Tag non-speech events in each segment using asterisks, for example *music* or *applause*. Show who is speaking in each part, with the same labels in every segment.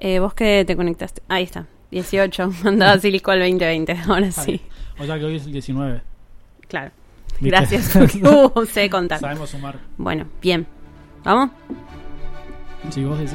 Speaker 1: Eh, ¿Vos que te conectaste? Ahí está, 18. *laughs* Mandaba Silico al 2020, ahora sí.
Speaker 2: O sea que hoy es el 19.
Speaker 1: Claro.
Speaker 2: ¿Viste?
Speaker 1: Gracias porque uh, sé contar.
Speaker 2: Sabemos sumar.
Speaker 1: Bueno, bien. ¿Vamos?
Speaker 2: Si vos decís.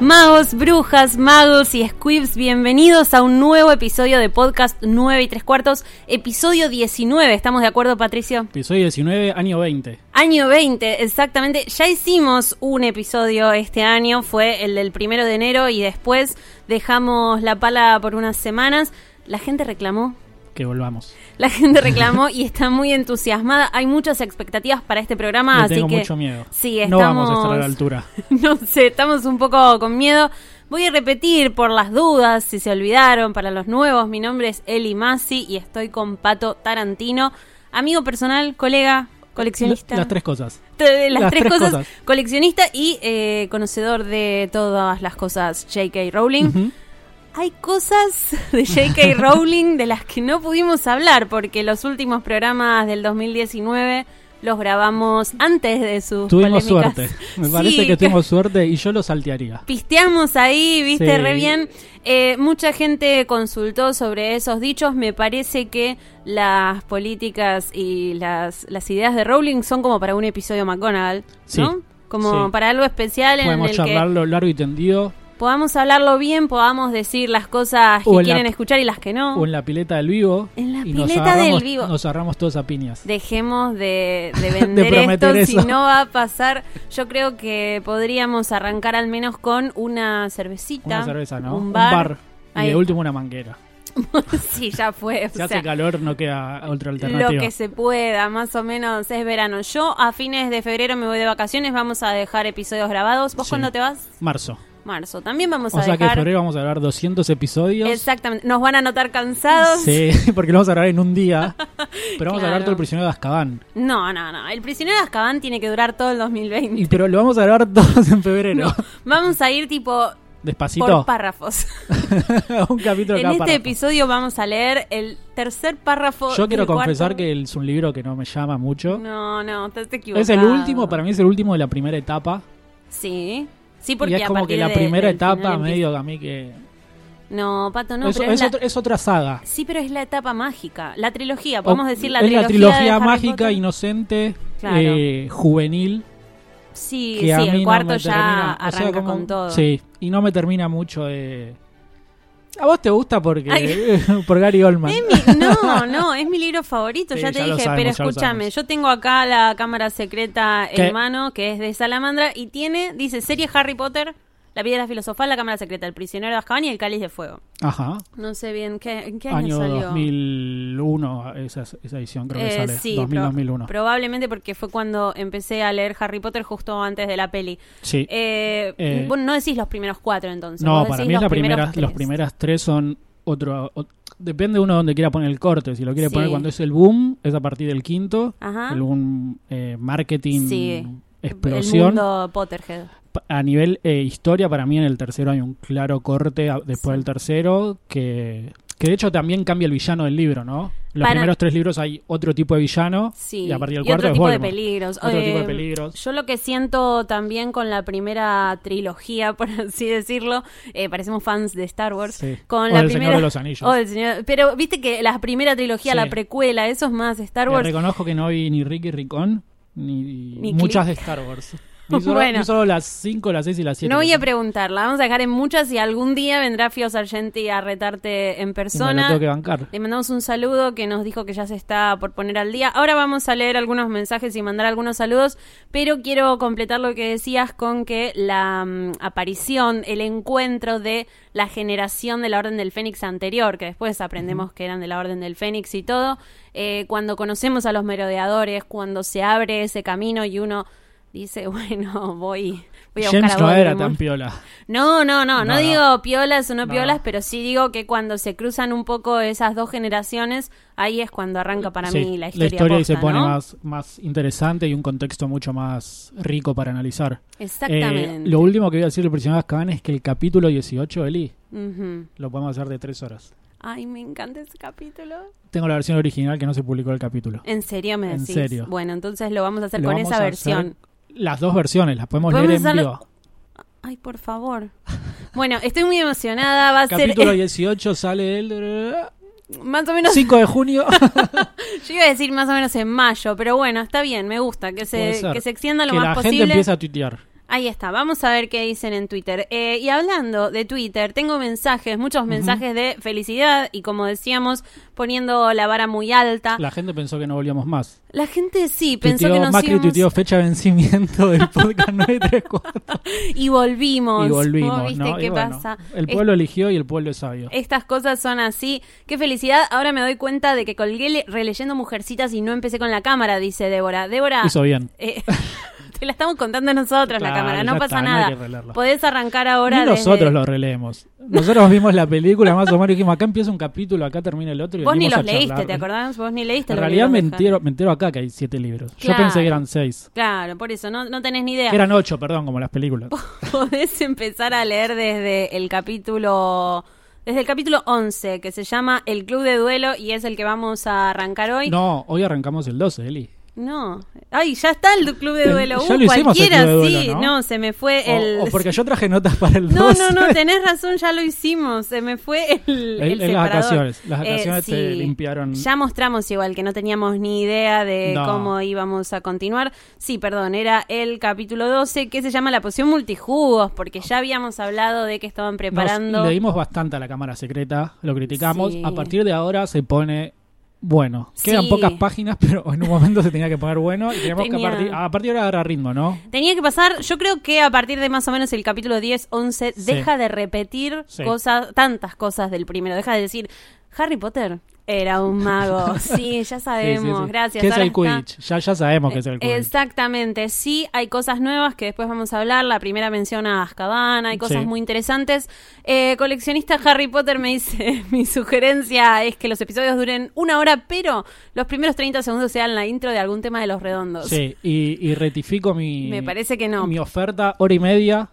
Speaker 1: Magos, brujas, magos y squibs, bienvenidos a un nuevo episodio de podcast 9 y 3 cuartos, episodio 19. ¿Estamos de acuerdo, Patricio?
Speaker 2: Episodio 19, año 20.
Speaker 1: Año 20, exactamente. Ya hicimos un episodio este año, fue el del primero de enero y después dejamos la pala por unas semanas. La gente reclamó,
Speaker 2: Que volvamos.
Speaker 1: la gente reclamó y está muy entusiasmada. Hay muchas expectativas para este programa,
Speaker 2: Le
Speaker 1: así
Speaker 2: tengo
Speaker 1: que
Speaker 2: mucho miedo.
Speaker 1: sí,
Speaker 2: No vamos a
Speaker 1: estamos-
Speaker 2: estar a la altura.
Speaker 1: *laughs* no sé, estamos un poco con miedo. Voy a repetir por las dudas, si se olvidaron, para los nuevos. Mi nombre es Eli Masi y estoy con Pato Tarantino, amigo personal, colega, coleccionista.
Speaker 2: Las tres cosas.
Speaker 1: Te- las
Speaker 2: las
Speaker 1: tres,
Speaker 2: tres
Speaker 1: cosas,
Speaker 2: cosas.
Speaker 1: Coleccionista y eh, conocedor de todas las cosas J.K. Rowling.
Speaker 2: *laughs* Ujú.
Speaker 1: Hay cosas *laughs* de J.K. Rowling de las que no pudimos hablar porque los últimos programas del 2019 los grabamos antes de sus
Speaker 2: Tuvimos
Speaker 1: polémicas.
Speaker 2: suerte.
Speaker 1: *laughs*
Speaker 2: Me parece
Speaker 1: Sí,
Speaker 2: que tuvimos suerte y yo lo saltearía.
Speaker 1: Pisteamos ahí, viste,
Speaker 2: Sí.
Speaker 1: re bien. Eh, mucha gente consultó sobre esos dichos. Me parece que las políticas y las, las ideas de Rowling son como para un episodio McGonagall,
Speaker 2: Sí,
Speaker 1: ¿no? Como
Speaker 2: sí.
Speaker 1: para algo especial en
Speaker 2: Podemos
Speaker 1: el que
Speaker 2: charlarlo largo y tendido.
Speaker 1: podamos hablarlo bien, podamos decir las cosas que
Speaker 2: O en la-
Speaker 1: quieren escuchar y las que no.
Speaker 2: O en la pileta del vivo.
Speaker 1: En la
Speaker 2: y nos
Speaker 1: pileta del
Speaker 2: agarramos-
Speaker 1: vivo.
Speaker 2: Nos agarramos todos a piñas.
Speaker 1: Dejemos de,
Speaker 2: *laughs*
Speaker 1: de vender esto,
Speaker 2: prometer
Speaker 1: si
Speaker 2: eso.
Speaker 1: no va a pasar. Yo creo que podríamos arrancar al menos con una cervecita.
Speaker 2: Una cerveza, ¿no?
Speaker 1: Un bar.
Speaker 2: Y
Speaker 1: Ahí
Speaker 2: de
Speaker 1: está.
Speaker 2: último una manguera.
Speaker 1: *laughs* sí, ya fue. o
Speaker 2: Si hace
Speaker 1: sea,
Speaker 2: calor, no queda otra
Speaker 1: lo
Speaker 2: alternativa.
Speaker 1: que se pueda, más o menos es verano. Yo a fines de febrero me voy de vacaciones, vamos a dejar episodios grabados. ¿Vos
Speaker 2: Sí.
Speaker 1: cuándo te vas?
Speaker 2: Marzo.
Speaker 1: Marzo. También vamos
Speaker 2: O
Speaker 1: a
Speaker 2: sea que en
Speaker 1: dejar.
Speaker 2: febrero vamos a grabar 200 episodios.
Speaker 1: Exactamente. Nos van a notar cansados.
Speaker 2: Sí, *laughs* porque lo vamos a grabar en un
Speaker 1: *laughs*
Speaker 2: día. Pero vamos a
Speaker 1: Claro.
Speaker 2: grabar todo el prisionero de Azkaban.
Speaker 1: No, no, no. El prisionero de Azkaban tiene que durar todo el 2020.
Speaker 2: Y, pero lo vamos a grabar *laughs* todos en febrero.
Speaker 1: *laughs* Vamos a ir tipo por
Speaker 2: Despacito. *laughs*
Speaker 1: párrafos.
Speaker 2: un capítulo
Speaker 1: en
Speaker 2: cada
Speaker 1: este
Speaker 2: párrafo.
Speaker 1: episodio vamos a leer el tercer párrafo.
Speaker 2: Yo quiero
Speaker 1: del cuarto.
Speaker 2: confesar que es un libro que no me llama mucho.
Speaker 1: No, no, estás equivocado.
Speaker 2: es el último, para mí es el último de la primera etapa.
Speaker 1: Sí. Sí, porque
Speaker 2: Y es
Speaker 1: a
Speaker 2: como
Speaker 1: partir
Speaker 2: que la
Speaker 1: de-
Speaker 2: primera
Speaker 1: del
Speaker 2: etapa,
Speaker 1: final empieza-
Speaker 2: medio que a mí que.
Speaker 1: No, Pato, no,
Speaker 2: es,
Speaker 1: pero
Speaker 2: es
Speaker 1: es la-
Speaker 2: otra- es otra saga.
Speaker 1: Sí, pero es la etapa mágica, la trilogía, podemos
Speaker 2: O-
Speaker 1: decir la
Speaker 2: es
Speaker 1: trilogía.
Speaker 2: la trilogía
Speaker 1: de Harry
Speaker 2: mágica,
Speaker 1: Potter.
Speaker 2: inocente,
Speaker 1: Claro.
Speaker 2: eh, juvenil.
Speaker 1: Sí,
Speaker 2: que
Speaker 1: sí,
Speaker 2: a mí
Speaker 1: el
Speaker 2: no
Speaker 1: cuarto
Speaker 2: me
Speaker 1: ya
Speaker 2: termina- o sea,
Speaker 1: arranca
Speaker 2: como-
Speaker 1: con todo.
Speaker 2: Sí, y no me termina mucho de... A vos te gusta porque
Speaker 1: Ay.
Speaker 2: *laughs*
Speaker 1: Em,
Speaker 2: por Gary Oldman.
Speaker 1: Es mi-
Speaker 2: *laughs*
Speaker 1: no, no, es mi libro favorito,
Speaker 2: Sí,
Speaker 1: ya te
Speaker 2: ya lo
Speaker 1: dije,
Speaker 2: sabemos,
Speaker 1: pero
Speaker 2: ya lo
Speaker 1: escúchame,
Speaker 2: sabemos.
Speaker 1: yo tengo acá la cámara secreta
Speaker 2: ¿Qué?
Speaker 1: en mano, que es de Salamandra, y tiene, dice, serie Harry Potter, la piedra filosofal, la cámara secreta, el prisionero de Azkaban y el cáliz de fuego.
Speaker 2: Ajá.
Speaker 1: No sé bien, ¿qué, ¿en qué año,
Speaker 2: Año
Speaker 1: salió?
Speaker 2: 2001, esa, esa edición creo que
Speaker 1: Eh,
Speaker 2: sale.
Speaker 1: sí,
Speaker 2: 2000,
Speaker 1: pro-
Speaker 2: 2001.
Speaker 1: probablemente porque fue cuando empecé a leer Harry Potter justo antes de la peli.
Speaker 2: sí.
Speaker 1: Eh,
Speaker 2: Eh,
Speaker 1: vos no decís los primeros cuatro entonces.
Speaker 2: no,
Speaker 1: vos
Speaker 2: para
Speaker 1: decís
Speaker 2: mí es
Speaker 1: los
Speaker 2: la
Speaker 1: primeros
Speaker 2: primera,
Speaker 1: tres.
Speaker 2: los primeras tres son otro... o- depende uno donde quiera poner el corte. Si lo quiere poner
Speaker 1: Sí.
Speaker 2: cuando es el boom, es a partir del quinto.
Speaker 1: Ajá.
Speaker 2: El boom eh, marketing,
Speaker 1: Sí. El
Speaker 2: explosión.
Speaker 1: mundo Potterhead.
Speaker 2: Pa- a nivel eh, historia, para mí en el tercero hay un claro corte a-
Speaker 1: Sí.
Speaker 2: después del tercero que, que de hecho también cambia el villano del libro, ¿no? Los
Speaker 1: Para-
Speaker 2: primeros tres libros hay otro tipo de villano
Speaker 1: Sí.
Speaker 2: y a partir del cuarto
Speaker 1: otro
Speaker 2: es
Speaker 1: tipo de
Speaker 2: Voldemort.
Speaker 1: peligros.
Speaker 2: Otro tipo de
Speaker 1: Eh,
Speaker 2: peligros.
Speaker 1: Yo lo que siento también con la primera trilogía, *laughs* por así decirlo, eh, parecemos fans de Star Wars.
Speaker 2: Sí.
Speaker 1: Con
Speaker 2: O
Speaker 1: la
Speaker 2: del Señor
Speaker 1: primera,
Speaker 2: de los Anillos.
Speaker 1: o del Señor- pero viste que la primera trilogía,
Speaker 2: Sí.
Speaker 1: la precuela, eso es más Star
Speaker 2: Eh,
Speaker 1: Wars.
Speaker 2: reconozco que no vi ni Ricky Ricón ni,
Speaker 1: Ni
Speaker 2: muchas
Speaker 1: Click.
Speaker 2: de Star
Speaker 1: *laughs*
Speaker 2: Wars. Vi solo,
Speaker 1: Bueno.
Speaker 2: vi solo las 5, las 6 y las 7.
Speaker 1: No voy a preguntarla, vamos a dejar en muchas y algún día vendrá Fio Sargenti a retarte en
Speaker 2: Me lo
Speaker 1: persona.
Speaker 2: tengo que bancar.
Speaker 1: Le mandamos un saludo que nos dijo que ya se está por poner al día. Ahora vamos a leer algunos mensajes y mandar algunos saludos, pero quiero completar lo que decías con que la mm, aparición, el encuentro de la generación de la Orden del Fénix anterior, que después aprendemos que eran de la Orden del Fénix y todo, eh, cuando conocemos a los merodeadores, cuando se abre ese camino y uno dice, *laughs* bueno, voy, Voy a
Speaker 2: James
Speaker 1: buscar a
Speaker 2: no era
Speaker 1: Voldemort.
Speaker 2: tan piola.
Speaker 1: No, no, no, no,
Speaker 2: No, no.
Speaker 1: digo piolas o no
Speaker 2: No.
Speaker 1: piolas, pero sí digo que cuando se cruzan un poco esas dos generaciones, ahí es cuando arranca para
Speaker 2: Sí,
Speaker 1: mí la historia.
Speaker 2: La historia ahí
Speaker 1: posta,
Speaker 2: se pone
Speaker 1: ¿no?
Speaker 2: más, más interesante y un contexto mucho más rico para analizar. Eh,
Speaker 1: Exactamente.
Speaker 2: lo último que voy a decir del prisionero de Azkaban es que el capítulo 18, Eli,
Speaker 1: Ujú.
Speaker 2: lo podemos hacer de tres horas.
Speaker 1: Ay, me encanta ese capítulo.
Speaker 2: Tengo la versión original que no se publicó el capítulo.
Speaker 1: En serio me
Speaker 2: En
Speaker 1: decís.
Speaker 2: serio.
Speaker 1: Bueno, entonces lo vamos a hacer
Speaker 2: Lo
Speaker 1: con
Speaker 2: vamos
Speaker 1: esa
Speaker 2: a
Speaker 1: versión.
Speaker 2: hacer- Las dos versiones, las podemos leer
Speaker 1: Podemos
Speaker 2: en
Speaker 1: hacerlo-
Speaker 2: vivo.
Speaker 1: Ay, por favor. Bueno, estoy muy emocionada. Va a ser
Speaker 2: Capítulo 18 sale el
Speaker 1: *laughs* más o menos.
Speaker 2: 5
Speaker 1: *laughs*
Speaker 2: de junio.
Speaker 1: Yo iba a decir más o menos en mayo, pero bueno, está bien. Me gusta que
Speaker 2: Puede
Speaker 1: se
Speaker 2: ser.
Speaker 1: que se extienda lo
Speaker 2: *laughs* que
Speaker 1: más
Speaker 2: la
Speaker 1: posible.
Speaker 2: gente empieza a tuitear.
Speaker 1: Ahí está, vamos a ver qué dicen en Twitter. Eh, y hablando de Twitter, tengo mensajes, muchos mensajes de felicidad y como decíamos, poniendo la vara muy alta. La,
Speaker 2: La gente pensó que no volvíamos más.
Speaker 1: gente sí Ah. pensó
Speaker 2: Tuiteó-
Speaker 1: que nos
Speaker 2: Macri
Speaker 1: íbamos
Speaker 2: tuiteó fecha de vencimiento
Speaker 1: *laughs*
Speaker 2: del podcast 934.
Speaker 1: y volvimos.
Speaker 2: y
Speaker 1: ¿Vos
Speaker 2: volvimos,
Speaker 1: viste
Speaker 2: ¿no? Y
Speaker 1: qué
Speaker 2: bueno,
Speaker 1: pasa?
Speaker 2: El
Speaker 1: Es-
Speaker 2: pueblo eligió y el pueblo es sabio.
Speaker 1: Estas cosas son así. Qué felicidad. Ahora me doy cuenta de que colgué le- releyendo Mujercitas y no empecé con la cámara, dice Débora. Débora,
Speaker 2: Hizo bien.
Speaker 1: eh, *laughs* te la estamos contando nosotros la
Speaker 2: Claro,
Speaker 1: cámara, no
Speaker 2: ya
Speaker 1: pasa
Speaker 2: está, no hay
Speaker 1: nada.
Speaker 2: que arreglarlo.
Speaker 1: Podés arrancar ahora.
Speaker 2: Ni
Speaker 1: desde-
Speaker 2: nosotros lo releemos. Nosotros vimos la película más o menos y dijimos, acá empieza un capítulo, acá termina el otro. Y
Speaker 1: Vos ni
Speaker 2: venimos
Speaker 1: los
Speaker 2: a
Speaker 1: leíste,
Speaker 2: charlar.
Speaker 1: ¿te acordás? Vos ni leíste.
Speaker 2: En
Speaker 1: los
Speaker 2: realidad
Speaker 1: libros
Speaker 2: me
Speaker 1: de
Speaker 2: entero,
Speaker 1: Harry.
Speaker 2: me entero acá que hay siete libros.
Speaker 1: Claro.
Speaker 2: Yo pensé que eran seis.
Speaker 1: Claro, por eso, no, no tenés ni idea.
Speaker 2: Que eran ocho, perdón, como las películas.
Speaker 1: *laughs* Podés empezar a leer desde el capítulo... Desde el capítulo 11, que se llama El Club de Duelo y es el que vamos a arrancar hoy.
Speaker 2: No, hoy arrancamos el 12, Eli.
Speaker 1: No. Ay, ya está el club de
Speaker 2: El-
Speaker 1: duelo.
Speaker 2: ya
Speaker 1: Uh,
Speaker 2: lo hicimos el
Speaker 1: cualquiera,
Speaker 2: Club de Duelo,
Speaker 1: sí.
Speaker 2: ¿no?
Speaker 1: se me fue
Speaker 2: O-
Speaker 1: el.
Speaker 2: O, porque yo traje notas para el
Speaker 1: No,
Speaker 2: 12.
Speaker 1: no,
Speaker 2: *laughs*
Speaker 1: no, tenés razón, ya lo hicimos. Se me fue el. el
Speaker 2: En- en las
Speaker 1: separador. Eh,
Speaker 2: vacaciones, las vacaciones te limpiaron.
Speaker 1: Ya mostramos igual que no teníamos ni idea de
Speaker 2: No.
Speaker 1: cómo íbamos a continuar. Sí, perdón, era el capítulo 12 que se llama La poción multijugos, porque ya habíamos hablado de que estaban preparando.
Speaker 2: Nos leímos bastante a la cámara secreta, lo criticamos.
Speaker 1: Sí.
Speaker 2: A partir de ahora se pone bueno. Quedan
Speaker 1: Sí.
Speaker 2: pocas páginas, *laughs* pero en un momento se tenía que poner bueno. Y tenemos que
Speaker 1: Tenía.
Speaker 2: a partir, a partir de ahora agarrar ritmo, ¿no?
Speaker 1: Tenía que pasar, yo creo que a partir de más o menos el capítulo 10, 11,
Speaker 2: Sí.
Speaker 1: deja de repetir
Speaker 2: Sí.
Speaker 1: cosas, tantas cosas del primero, deja de decir, Harry Potter era un
Speaker 2: *laughs*
Speaker 1: mago, sí, ya sabemos,
Speaker 2: Sí, sí, sí.
Speaker 1: gracias.
Speaker 2: ¿Qué es
Speaker 1: ahora
Speaker 2: el
Speaker 1: está-
Speaker 2: Quidditch? Ya, ya sabemos que es el Quidditch.
Speaker 1: Eh, Exactamente, sí, hay cosas nuevas que después vamos a hablar. La primera mención a Azkaban, hay cosas
Speaker 2: Sí.
Speaker 1: muy interesantes. Eh, coleccionista Harry Potter me dice: *laughs* Mi sugerencia es que los episodios duren una hora, pero los primeros 30 segundos sean la intro de algún tema de los redondos.
Speaker 2: Sí, y, y rectifico mi,
Speaker 1: Me parece que no.
Speaker 2: mi oferta, hora y media,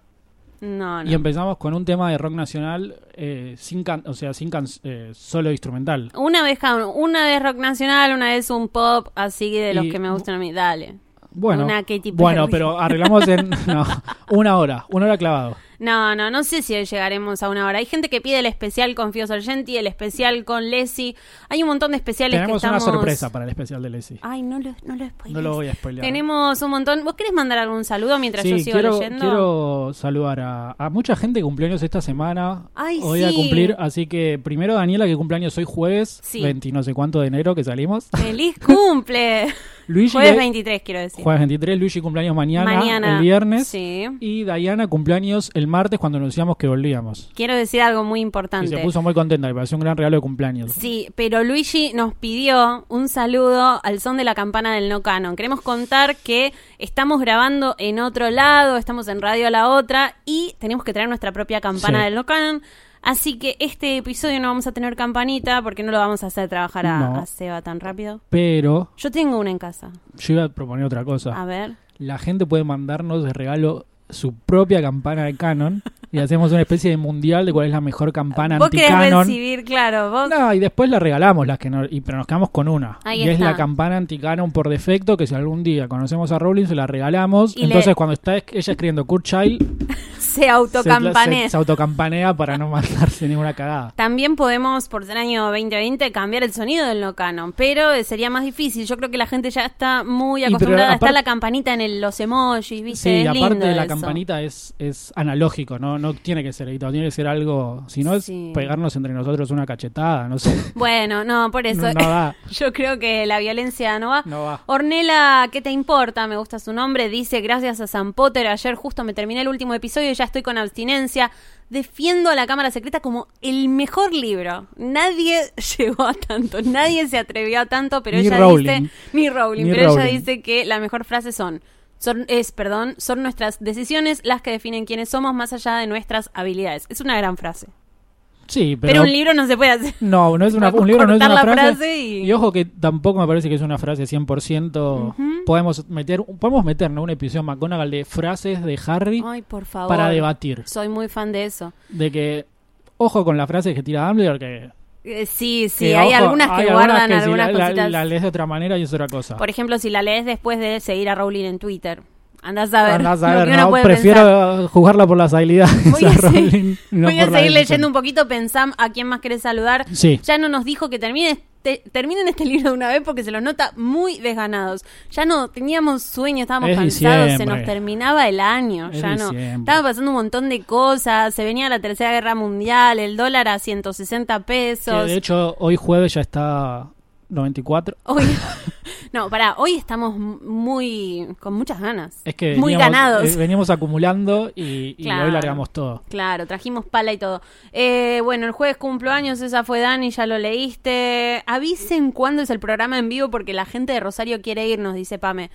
Speaker 1: No, no.
Speaker 2: y empezamos con un tema de rock nacional, eh, sin can- o sea, sin can- eh, solo instrumental.
Speaker 1: Una vez cada uno. Una vez rock nacional, una vez un pop, así de los
Speaker 2: Y-
Speaker 1: que me gustan a mí. Dale.
Speaker 2: Bueno,
Speaker 1: Una Katy Perry.
Speaker 2: bueno pero
Speaker 1: *laughs*
Speaker 2: arreglamos en no, una hora, una hora clavado.
Speaker 1: No, no, no sé si hoy llegaremos a una hora. Hay gente que pide el especial con Fio Sargenti, el especial con Leslie. Hay un montón de especiales
Speaker 2: Tenemos
Speaker 1: que estamos... Ah,
Speaker 2: una sorpresa para el especial de Leslie.
Speaker 1: Ay, no lo, no lo spoilees.
Speaker 2: No lo voy a spoilear.
Speaker 1: Tenemos un montón. ¿Vos querés mandar algún saludo mientras yo
Speaker 2: Sí,
Speaker 1: sigo
Speaker 2: quiero,
Speaker 1: leyendo?
Speaker 2: quiero saludar a, a mucha gente que cumplió años esta semana.
Speaker 1: Ay,
Speaker 2: Hoy
Speaker 1: sí.
Speaker 2: a cumplir. Así que primero Daniela, que cumple años hoy jueves,
Speaker 1: Sí.
Speaker 2: 20 no sé cuánto de enero que salimos. *laughs*
Speaker 1: ¡Feliz cumple!
Speaker 2: Luigi
Speaker 1: Jueves
Speaker 2: Le-
Speaker 1: 23, quiero decir.
Speaker 2: Jueves 23, Luigi cumpleaños mañana,
Speaker 1: Mañana.
Speaker 2: el viernes.
Speaker 1: Sí.
Speaker 2: Y Diana cumpleaños el martes cuando anunciamos que volvíamos.
Speaker 1: Quiero decir algo muy
Speaker 2: Y
Speaker 1: importante.
Speaker 2: se puso muy contenta, le pareció un gran regalo de cumpleaños.
Speaker 1: Sí, pero Luigi nos pidió un saludo al son de la campana del No Canon. Queremos contar que estamos grabando en otro lado, estamos en radio a la otra y tenemos que traer nuestra propia campana
Speaker 2: Sí.
Speaker 1: del No Canon. Así que este episodio no vamos a tener campanita porque no lo vamos a hacer trabajar a,
Speaker 2: No.
Speaker 1: a Seba tan rápido.
Speaker 2: Pero
Speaker 1: Yo tengo una en casa.
Speaker 2: yo iba a proponer otra cosa.
Speaker 1: A ver.
Speaker 2: La gente puede mandarnos de regalo su propia campana de Canon y hacemos una especie de mundial de cuál es la mejor campana
Speaker 1: Vos querés
Speaker 2: anti-Canon.
Speaker 1: recibir, claro, vos.
Speaker 2: No, y después la regalamos las que no, y, pero nos quedamos con una.
Speaker 1: Ahí
Speaker 2: y es
Speaker 1: está.
Speaker 2: la campana anti-Canon por defecto, que si algún día conocemos a Rowling, se la regalamos.
Speaker 1: Y le-
Speaker 2: Entonces cuando está es- ella escribiendo Kurt Child,
Speaker 1: Se
Speaker 2: Se-
Speaker 1: autocampanea.
Speaker 2: Se, se autocampanea para no mandarse ninguna cagada.
Speaker 1: También podemos, por el año 2020, cambiar el sonido del no canon, pero eh, sería más difícil. Yo creo que la gente ya está muy
Speaker 2: Y pero
Speaker 1: acostumbrada. está
Speaker 2: aparte-
Speaker 1: la campanita en el- los emojis, ¿viste?
Speaker 2: Sí,
Speaker 1: es
Speaker 2: aparte
Speaker 1: lindo
Speaker 2: de la
Speaker 1: eso.
Speaker 2: campanita es, es analógico, ¿no? no tiene que ser editado, tiene que ser algo, si no
Speaker 1: Sí.
Speaker 2: es pegarnos entre nosotros una cachetada, no sé.
Speaker 1: Bueno, no, por eso.
Speaker 2: No, no va.
Speaker 1: *laughs* Yo creo que la violencia no va.
Speaker 2: No va.
Speaker 1: Ornella, ¿qué te importa? Me gusta su nombre. Dice, gracias a San Potter. Ayer justo me terminé el último episodio y ya estoy con abstinencia. Defiendo a la Cámara Secreta como el mejor libro. Nadie *laughs* llegó a tanto, nadie se atrevió a tanto, pero
Speaker 2: Ni
Speaker 1: ella
Speaker 2: Rowling.
Speaker 1: dice... Ni Rowling,
Speaker 2: Ni
Speaker 1: pero ella
Speaker 2: Rowling.
Speaker 1: dice que la mejor frase son... Son, es, perdón, son nuestras decisiones las que definen quiénes somos más allá de nuestras habilidades. Es una gran frase.
Speaker 2: Sí, pero.
Speaker 1: Pero, un libro no se puede hacer.
Speaker 2: No, no es una,
Speaker 1: Va a
Speaker 2: un libro no es
Speaker 1: cortar
Speaker 2: una
Speaker 1: la
Speaker 2: frase.
Speaker 1: frase y-
Speaker 2: y... ojo que tampoco me parece que es una frase 100%.
Speaker 1: Ujú.
Speaker 2: Podemos meter, podemos meter ¿no? un episodio McGonagall de frases de Harry
Speaker 1: Ay, por favor.
Speaker 2: para debatir.
Speaker 1: Soy muy fan de eso.
Speaker 2: De que, ojo con las frases que tira Dumbledore, que,
Speaker 1: Eh, sí, sí,
Speaker 2: que,
Speaker 1: hay
Speaker 2: ojo,
Speaker 1: algunas que
Speaker 2: hay
Speaker 1: guardan
Speaker 2: que si
Speaker 1: algunas
Speaker 2: la, la-
Speaker 1: cositas.
Speaker 2: la lees de otra manera y es otra cosa.
Speaker 1: Por ejemplo, si la lees después de seguir a Rowling en Twitter. Andás a ver.
Speaker 2: Andás a
Speaker 1: *laughs* lo
Speaker 2: ver,
Speaker 1: que uno
Speaker 2: no,
Speaker 1: puede
Speaker 2: prefiero
Speaker 1: pensar.
Speaker 2: jugarla por las
Speaker 1: *laughs*
Speaker 2: habilidades.
Speaker 1: Voy a seguir-
Speaker 2: Rowling, no
Speaker 1: Voy a
Speaker 2: por la
Speaker 1: seguir
Speaker 2: definición.
Speaker 1: leyendo un poquito, pensam a quién más querés saludar.
Speaker 2: Sí.
Speaker 1: Ya no nos dijo que termine este- terminen este *laughs* libro de una vez porque se los nota muy desganados. Ya no teníamos sueño, estábamos
Speaker 2: Es
Speaker 1: cansados, se
Speaker 2: diciembre.
Speaker 1: nos terminaba el año,
Speaker 2: Es
Speaker 1: ya no.
Speaker 2: diciembre.
Speaker 1: Estaba pasando un montón de cosas, se venía la Tercera Guerra Mundial, el dólar a 160
Speaker 2: Que,
Speaker 1: pesos.
Speaker 2: de hecho, hoy jueves ya está 94.
Speaker 1: Hoy *laughs* No, pará, hoy estamos m- muy con muchas ganas.
Speaker 2: Es que
Speaker 1: muy
Speaker 2: veníamos-
Speaker 1: ganados.
Speaker 2: eh, veníamos acumulando y, y
Speaker 1: Claro.
Speaker 2: hoy largamos todo.
Speaker 1: Claro, trajimos pala y todo. Eh, bueno, el jueves cumplo años, esa fue Dani, ya lo leíste. Avisen cuándo es el programa en vivo porque la gente de Rosario quiere ir, nos dice Pame.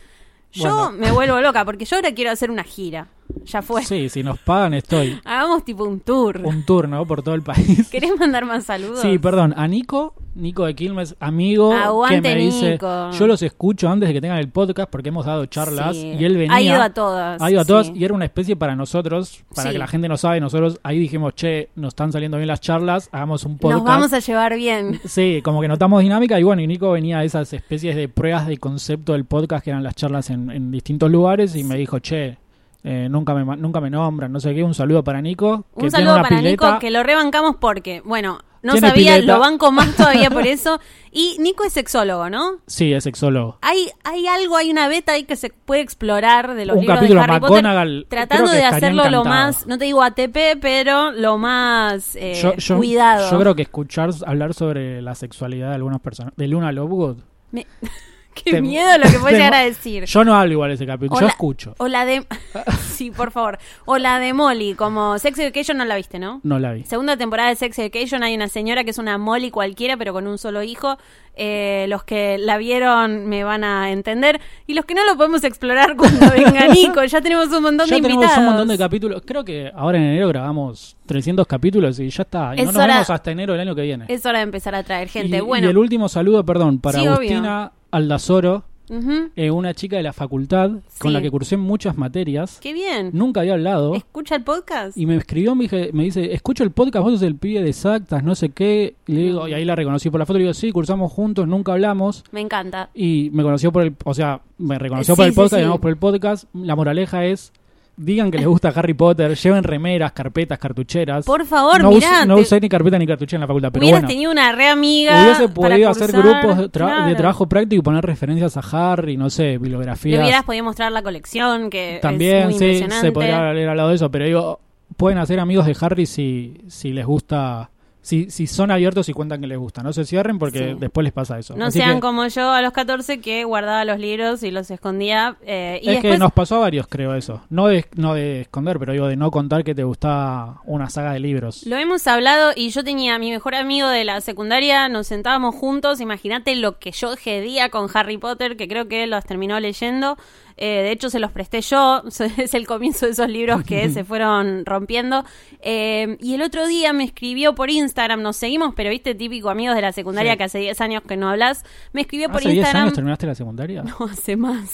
Speaker 1: Yo
Speaker 2: Bueno.
Speaker 1: me vuelvo loca porque yo ahora quiero hacer una gira. Ya fue.
Speaker 2: Sí, si nos pagan estoy.
Speaker 1: Hagamos tipo un tour.
Speaker 2: Un turno por todo
Speaker 1: *laughs*
Speaker 2: el país.
Speaker 1: ¿Querés mandar más saludos?
Speaker 2: Sí, perdón, a Nico, Nico de Quilmes, amigo,
Speaker 1: Aguante,
Speaker 2: que me dice,
Speaker 1: Nico.
Speaker 2: yo los escucho antes de que tengan el podcast porque hemos dado charlas
Speaker 1: Sí.
Speaker 2: y él venía.
Speaker 1: Ha ido a todas,
Speaker 2: Ha ido a todas
Speaker 1: sí.
Speaker 2: y era una especie para nosotros, para
Speaker 1: Sí.
Speaker 2: que la gente no sabe, nosotros ahí dijimos, che, nos están saliendo bien las charlas, hagamos un podcast.
Speaker 1: Nos vamos a llevar bien.
Speaker 2: Sí, como que notamos dinámica y bueno, y Nico venía a esas especies de pruebas de concepto del podcast que eran las charlas en, en distintos lugares y me dijo, che, eh, nunca, me, ma- nunca me nombran, no sé qué, un saludo para Nico. que
Speaker 1: Un
Speaker 2: tiene
Speaker 1: saludo
Speaker 2: una
Speaker 1: para
Speaker 2: pileta.
Speaker 1: Nico, que lo rebancamos porque, bueno, no
Speaker 2: Tiene
Speaker 1: sabía,
Speaker 2: pileta.
Speaker 1: lo banco
Speaker 2: *laughs*
Speaker 1: más todavía por eso. Y Nico es sexólogo, ¿no?
Speaker 2: Sí, es sexólogo.
Speaker 1: hay, hay algo, hay una beta ahí que se puede explorar de los
Speaker 2: Un
Speaker 1: libros
Speaker 2: capítulo
Speaker 1: de Harry
Speaker 2: McGonagall,
Speaker 1: Potter,
Speaker 2: creo
Speaker 1: tratando
Speaker 2: que
Speaker 1: de
Speaker 2: estaría
Speaker 1: hacerlo lo
Speaker 2: encantado.
Speaker 1: más, no te digo ATP, pero lo más eh,
Speaker 2: Yo- yo-
Speaker 1: cuidado.
Speaker 2: Yo creo que escuchar hablar sobre la sexualidad de algunas personas, de Luna Lovegood.
Speaker 1: Me- *laughs* Qué
Speaker 2: te-
Speaker 1: miedo lo que puede
Speaker 2: te-
Speaker 1: llegar a decir.
Speaker 2: Yo no hablo igual ese capítulo,
Speaker 1: O
Speaker 2: yo
Speaker 1: la-
Speaker 2: escucho.
Speaker 1: O la de... *laughs* sí, por favor. O la de Molly, como Sex Education no la viste, ¿no?
Speaker 2: No la vi.
Speaker 1: Segunda temporada de Sex Education hay una señora que es una Molly cualquiera, pero con un solo hijo. Eh, los que la vieron me van a entender. Y los que no lo podemos explorar
Speaker 2: *laughs*
Speaker 1: cuando venga Nico. Ya tenemos un montón
Speaker 2: Ya
Speaker 1: de
Speaker 2: tenemos
Speaker 1: invitados.
Speaker 2: un montón de capítulos. Creo que ahora en enero grabamos 300 capítulos y ya está. Y
Speaker 1: Es
Speaker 2: no nos
Speaker 1: hora-
Speaker 2: vemos hasta enero del año que viene.
Speaker 1: Es hora de empezar a traer gente.
Speaker 2: Y,
Speaker 1: bueno,
Speaker 2: y el último saludo, perdón, para
Speaker 1: Sí, obvio.
Speaker 2: Agustina Aldazoro,
Speaker 1: ujú,
Speaker 2: eh, una chica de la facultad
Speaker 1: Sí.
Speaker 2: con la que cursé muchas materias.
Speaker 1: qué bien.
Speaker 2: Nunca había hablado.
Speaker 1: ¿Escucha el podcast?
Speaker 2: Y me escribió, me, dije- me dice, escucho el podcast, vos sos el pibe de exactas, no sé qué. Y, le digo, y ahí la reconocí por la foto, le digo, sí, cursamos juntos, nunca hablamos.
Speaker 1: Me encanta.
Speaker 2: Y me conoció por el, o sea, me reconoció
Speaker 1: Sí,
Speaker 2: por el
Speaker 1: sí,
Speaker 2: podcast,
Speaker 1: sí.
Speaker 2: y hablamos por el podcast. La moraleja es, digan que les gusta Harry Potter, lleven remeras, carpetas, cartucheras.
Speaker 1: Por favor,
Speaker 2: no,
Speaker 1: mirá.
Speaker 2: us- no
Speaker 1: te-
Speaker 2: usé ni carpeta ni cartuchera en la facultad, pero
Speaker 1: hubieras
Speaker 2: bueno.
Speaker 1: tenido una re amiga.
Speaker 2: Hubiese
Speaker 1: para
Speaker 2: podido hacer
Speaker 1: cursar,
Speaker 2: grupos de, tra- de
Speaker 1: claro.
Speaker 2: trabajo práctico y poner referencias a Harry, no sé,
Speaker 1: Le hubieras
Speaker 2: bibliografías.
Speaker 1: podido mostrar la colección, que es
Speaker 2: También,
Speaker 1: muy
Speaker 2: sí,
Speaker 1: impresionante.
Speaker 2: se podría leer al lado de eso, pero digo, pueden hacer amigos de Harry si, si les gusta, si, si son abiertos y cuentan que les gusta. No se cierren porque
Speaker 1: Sí.
Speaker 2: después les pasa eso.
Speaker 1: No
Speaker 2: Así
Speaker 1: sean
Speaker 2: que,
Speaker 1: como yo a los 14 que guardaba los libros y los escondía. eh, y
Speaker 2: es
Speaker 1: después,
Speaker 2: que nos pasó a varios, creo, eso. No de, no de esconder, pero digo, de no contar que te gusta una saga de libros.
Speaker 1: Lo hemos hablado y yo tenía a mi mejor amigo de la secundaria, nos sentábamos juntos, imagínate lo que yo gedía con Harry Potter, que creo que los terminó leyendo, Eh, de hecho se los presté yo, *laughs* es el comienzo de esos libros
Speaker 2: *laughs*
Speaker 1: que se fueron rompiendo, Eh, y el otro día me escribió por Instagram, nos seguimos, pero viste, típico amigos de la secundaria
Speaker 2: Sí.
Speaker 1: que hace 10 años que no hablas, me escribió por
Speaker 2: ¿Hace 10
Speaker 1: Instagram...
Speaker 2: años terminaste la secundaria?
Speaker 1: *laughs* No, hace
Speaker 2: *laughs*
Speaker 1: más.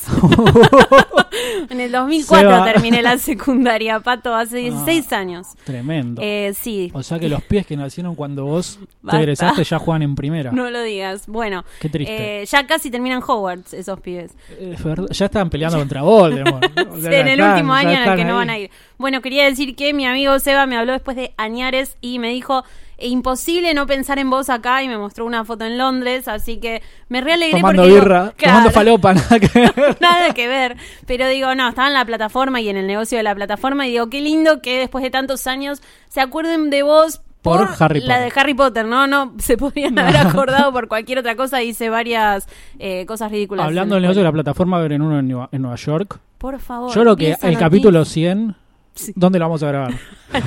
Speaker 1: en el 2004
Speaker 2: Seba.
Speaker 1: terminé la secundaria, Pato, hace 16 años.
Speaker 2: Tremendo.
Speaker 1: Eh, sí,
Speaker 2: o sea que los pies que nacieron cuando vos te
Speaker 1: Basta.
Speaker 2: egresaste ya juegan en primera.
Speaker 1: No lo digas. Bueno,
Speaker 2: Qué triste.
Speaker 1: eh, ya casi terminan Hogwarts esos pibes.
Speaker 2: Es verdad, Eh, ya
Speaker 1: *laughs*
Speaker 2: estaban peleando contra Voldemort. O sea,
Speaker 1: en el
Speaker 2: están-
Speaker 1: último
Speaker 2: ya
Speaker 1: año en el
Speaker 2: están
Speaker 1: que no
Speaker 2: ahí.
Speaker 1: van a ir. Bueno, quería decir que mi amigo Seba me habló después de Añares y me dijo, "E imposible no pensar en vos acá y me mostró una foto en Londres, así que me realegré
Speaker 2: Tomando
Speaker 1: porque... digo,
Speaker 2: birra,
Speaker 1: claro,
Speaker 2: tomando falopa, nada que
Speaker 1: *laughs*
Speaker 2: ver.
Speaker 1: Nada que ver, pero digo, no, estaba en la plataforma y en el negocio de la plataforma y digo, qué lindo que después de tantos años se acuerden de vos
Speaker 2: Por Harry
Speaker 1: la
Speaker 2: Potter.
Speaker 1: de Harry Potter, ¿no? No, se podrían haber acordado por cualquier otra cosa, hice varias eh, cosas ridículas.
Speaker 2: Hablando del
Speaker 1: en la
Speaker 2: negocio de
Speaker 1: escuela.
Speaker 2: la plataforma, ver en uno en Nueva, en Nueva York.
Speaker 1: Por favor.
Speaker 2: Yo lo que el
Speaker 1: piensa en
Speaker 2: capítulo 100,
Speaker 1: Oh, Sí.
Speaker 2: ¿dónde lo vamos a
Speaker 1: *laughs*
Speaker 2: grabar?
Speaker 1: ti.